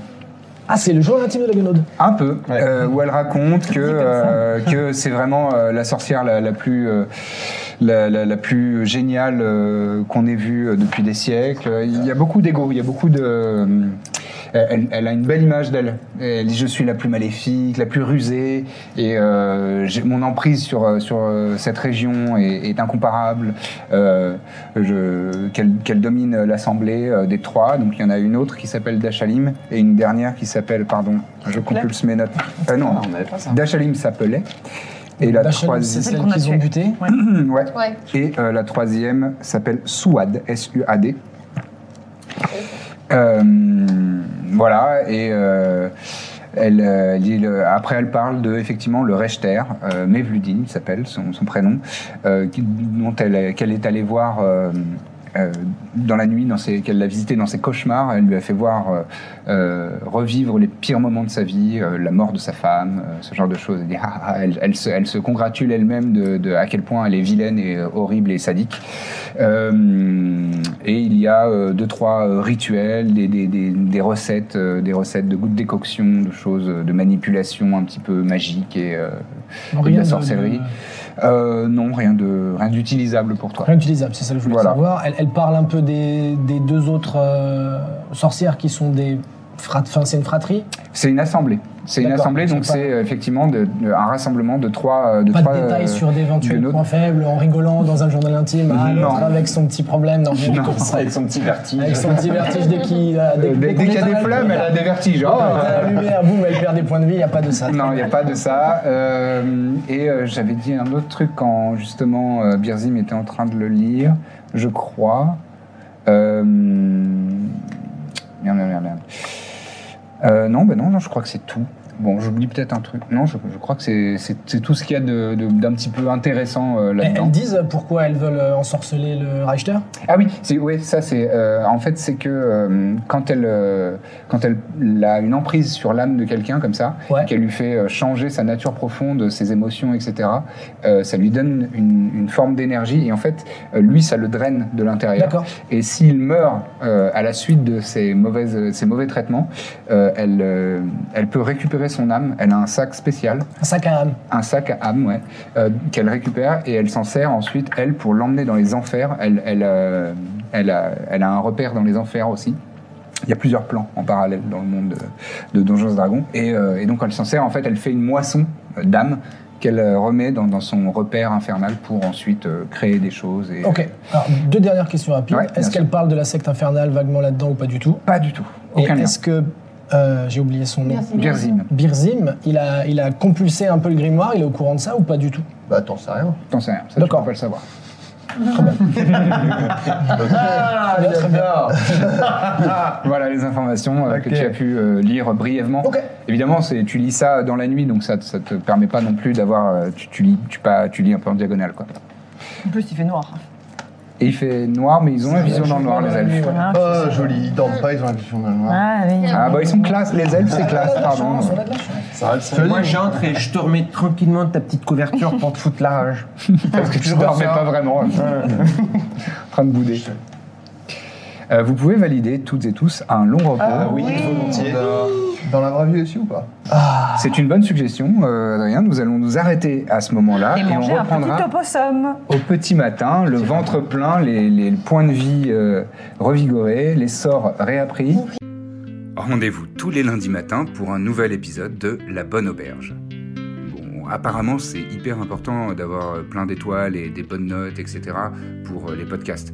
Speaker 3: Ah, c'est le jour intime de la Guenaude.
Speaker 1: Un peu, euh, où elle raconte que, euh, que c'est vraiment euh, la sorcière la, la plus, euh, la, la- la plus géniale euh, qu'on ait vue euh, depuis des siècles. Il y a beaucoup d'ego, il y a beaucoup de. euh, elle, elle a une belle image d'elle. Elle dit Je suis la plus maléfique, la plus rusée, et euh, j'ai- mon emprise sur, euh, sur euh, cette région est, est incomparable. Euh, je- Qu'elle qu'elle domine l'assemblée euh, des trois. Donc il y en a une autre qui s'appelle Dachalim, et une dernière qui s'appelle, pardon, je compulse mes notes. Euh,
Speaker 3: Ah,
Speaker 1: non, Dachalim s'appelait. Et la
Speaker 3: Dachalim, Bah, c'est
Speaker 1: troisième.
Speaker 3: celle
Speaker 5: qu'on a
Speaker 3: qu'ils ont
Speaker 5: tuée.
Speaker 3: butée.
Speaker 1: Hmm, Ouais.
Speaker 8: Ouais.
Speaker 1: Et euh, la troisième s'appelle Souad, S-U-A-D. Euh, voilà, et euh, elle, euh, elle dit le- après elle parle de effectivement le Rechter, euh, Mevludin il s'appelle son, son prénom, euh, qui- dont elle est- qu'elle est allée voir euh, euh, dans la nuit, dans ses- qu'elle l'a visité dans ses cauchemars, elle lui a fait voir euh, euh, revivre les pires moments de sa vie, euh, la mort de sa femme, euh, ce genre de choses. Elle, dit, Ah, ah, elle, elle se, elle se congratule elle-même de, de à quel point elle est vilaine et euh, horrible et sadique. Euh, et il y a euh, deux trois euh, rituels, des, des- des- des recettes, euh, des recettes de gouttes décoction, de choses, euh, de manipulation un petit peu magiques et, euh, et de
Speaker 3: Rien
Speaker 1: la
Speaker 3: de-
Speaker 1: sorcellerie. Euh, non, rien de rien d'utilisable pour toi.
Speaker 3: Rien d'utilisable, c'est ça que je voulais
Speaker 1: Voilà.
Speaker 3: savoir. Elle, elle parle un peu des, des deux autres euh, sorcières qui sont des. frat- Enfin, c'est une fratrie
Speaker 1: C'est une assemblée. C'est une
Speaker 3: D'accord,
Speaker 1: assemblée,
Speaker 3: c'est
Speaker 1: donc
Speaker 3: pas-
Speaker 1: c'est euh, effectivement de- de- un rassemblement de trois. euh,
Speaker 3: Pas
Speaker 1: trois,
Speaker 3: de détails
Speaker 1: euh,
Speaker 3: sur d'éventuels
Speaker 1: Guenaudes.
Speaker 3: points faibles, en rigolant dans un journal intime, ah,
Speaker 1: Non.
Speaker 3: l'autre avec son petit problème, non, rien comme ça.
Speaker 6: Avec son petit vertige.
Speaker 3: Avec son
Speaker 1: <laughs>
Speaker 3: petit vertige dès qu'il a-
Speaker 1: Euh, Dès, dès
Speaker 3: qu'on
Speaker 1: qu'il y a
Speaker 3: éteint
Speaker 1: des
Speaker 3: la
Speaker 1: flammes,
Speaker 3: lumière,
Speaker 1: elle a des vertiges.
Speaker 3: oh,
Speaker 1: hein.
Speaker 3: elle éteint la lumière, boum, elle perd des points de vie, il n'y a pas de ça.
Speaker 1: Non, il n'y a pas de ça. Euh, et euh, j'avais dit un autre truc quand justement euh, Birzim était en train de le lire, je crois. Euh, Merde, merde, merde, merde. Euh, non, bah non, non, je crois que c'est tout. Bon, j'oublie peut-être un truc. Non, je, je crois que c'est- c'est c'est tout ce qu'il y a de- de- d'un petit peu intéressant euh,
Speaker 3: Elles,
Speaker 1: là-dedans.
Speaker 3: elles disent pourquoi elles veulent euh, ensorceler le Reichter
Speaker 1: Ah oui, c'est oui, ça c'est euh, en fait c'est que euh, quand elle euh, quand elle a une emprise sur l'âme de quelqu'un comme ça,
Speaker 3: Ouais.
Speaker 1: qu'elle lui fait euh, changer sa nature profonde, ses émotions, etc. euh, ça lui donne une, une forme d'énergie et en fait euh, lui ça le draine de l'intérieur.
Speaker 3: D'accord.
Speaker 1: Et s'il meurt euh, à la suite de ces, mauvaises, ces mauvais traitements, euh, elle euh, elle peut récupérer son âme. Elle a un sac spécial
Speaker 3: Un sac à âme.
Speaker 1: un sac à âme, ouais, euh, qu'elle récupère et elle s'en sert ensuite, elle, pour l'emmener dans les enfers. Elle, elle, euh, elle, a, elle a un repère dans les enfers aussi. Il y a plusieurs plans en parallèle dans le monde de, de Donjons et Dragons. Et, euh, et donc, elle s'en sert, en fait, elle fait une moisson euh, d'âme qu'elle euh, remet dans, dans son repère infernal pour ensuite euh, créer des choses. Et,
Speaker 3: Ok. Alors, deux dernières questions rapides.
Speaker 1: Ouais, bien
Speaker 3: Est-ce
Speaker 1: sûr.
Speaker 3: qu'elle parle de la secte infernale vaguement là-dedans ou pas du tout
Speaker 1: Pas du tout.
Speaker 3: Et
Speaker 1: Aucun lien.
Speaker 3: est-ce que euh, j'ai oublié son nom.
Speaker 1: Birzim.
Speaker 3: Birzim, il a, il a compulsé un peu le grimoire, il est au courant de ça ou pas du tout
Speaker 8: Bah, t'en sais rien.
Speaker 1: T'en sais rien. ça, tu
Speaker 3: D'accord.
Speaker 1: peux pas le savoir.
Speaker 8: Ah, j'adore.
Speaker 1: <laughs> Voilà les informations euh, que
Speaker 8: Ok.
Speaker 1: tu as pu euh, lire brièvement.
Speaker 3: Ok.
Speaker 1: Évidemment, c'est tu lis ça dans la nuit, donc ça, ça te permet pas non plus d'avoir. euh, Tu, tu lis, tu pas, tu lis un peu en diagonale, quoi.
Speaker 5: En plus, il fait noir.
Speaker 1: Et il fait noir, mais ils ont la vision dans le noir, les elfes.
Speaker 5: Voilà, je
Speaker 2: Oh,
Speaker 8: Ah,
Speaker 5: sais.
Speaker 8: joli. Ils dorment pas, ils ont la vision dans le noir.
Speaker 5: Ah oui.
Speaker 1: Ah bah ils sont classe, les elfes c'est classe, pardon.
Speaker 4: Moi j'entre et je te remets tranquillement de ta petite couverture pour te foutre la rage.
Speaker 6: <laughs>
Speaker 1: Parce que tu dormais pas vraiment. <laughs> en train de bouder. Euh, vous pouvez valider toutes et tous un long repos.
Speaker 8: oui, volontiers. Dans la vraie vie aussi ou pas
Speaker 1: C'est une bonne suggestion, euh, Adrien. Nous allons nous arrêter à ce moment-là
Speaker 5: Et
Speaker 1: et, on
Speaker 5: manger un petit
Speaker 1: reprendra
Speaker 5: opossum.
Speaker 1: au petit matin, le ventre plein, les, les points de vie euh, revigorés, les sorts réappris. Rendez-vous tous les lundis matins pour un nouvel épisode de La Bonne Auberge. Bon, apparemment, c'est hyper important d'avoir euh, plein d'étoiles et des bonnes notes, etc. pour euh, les podcasts.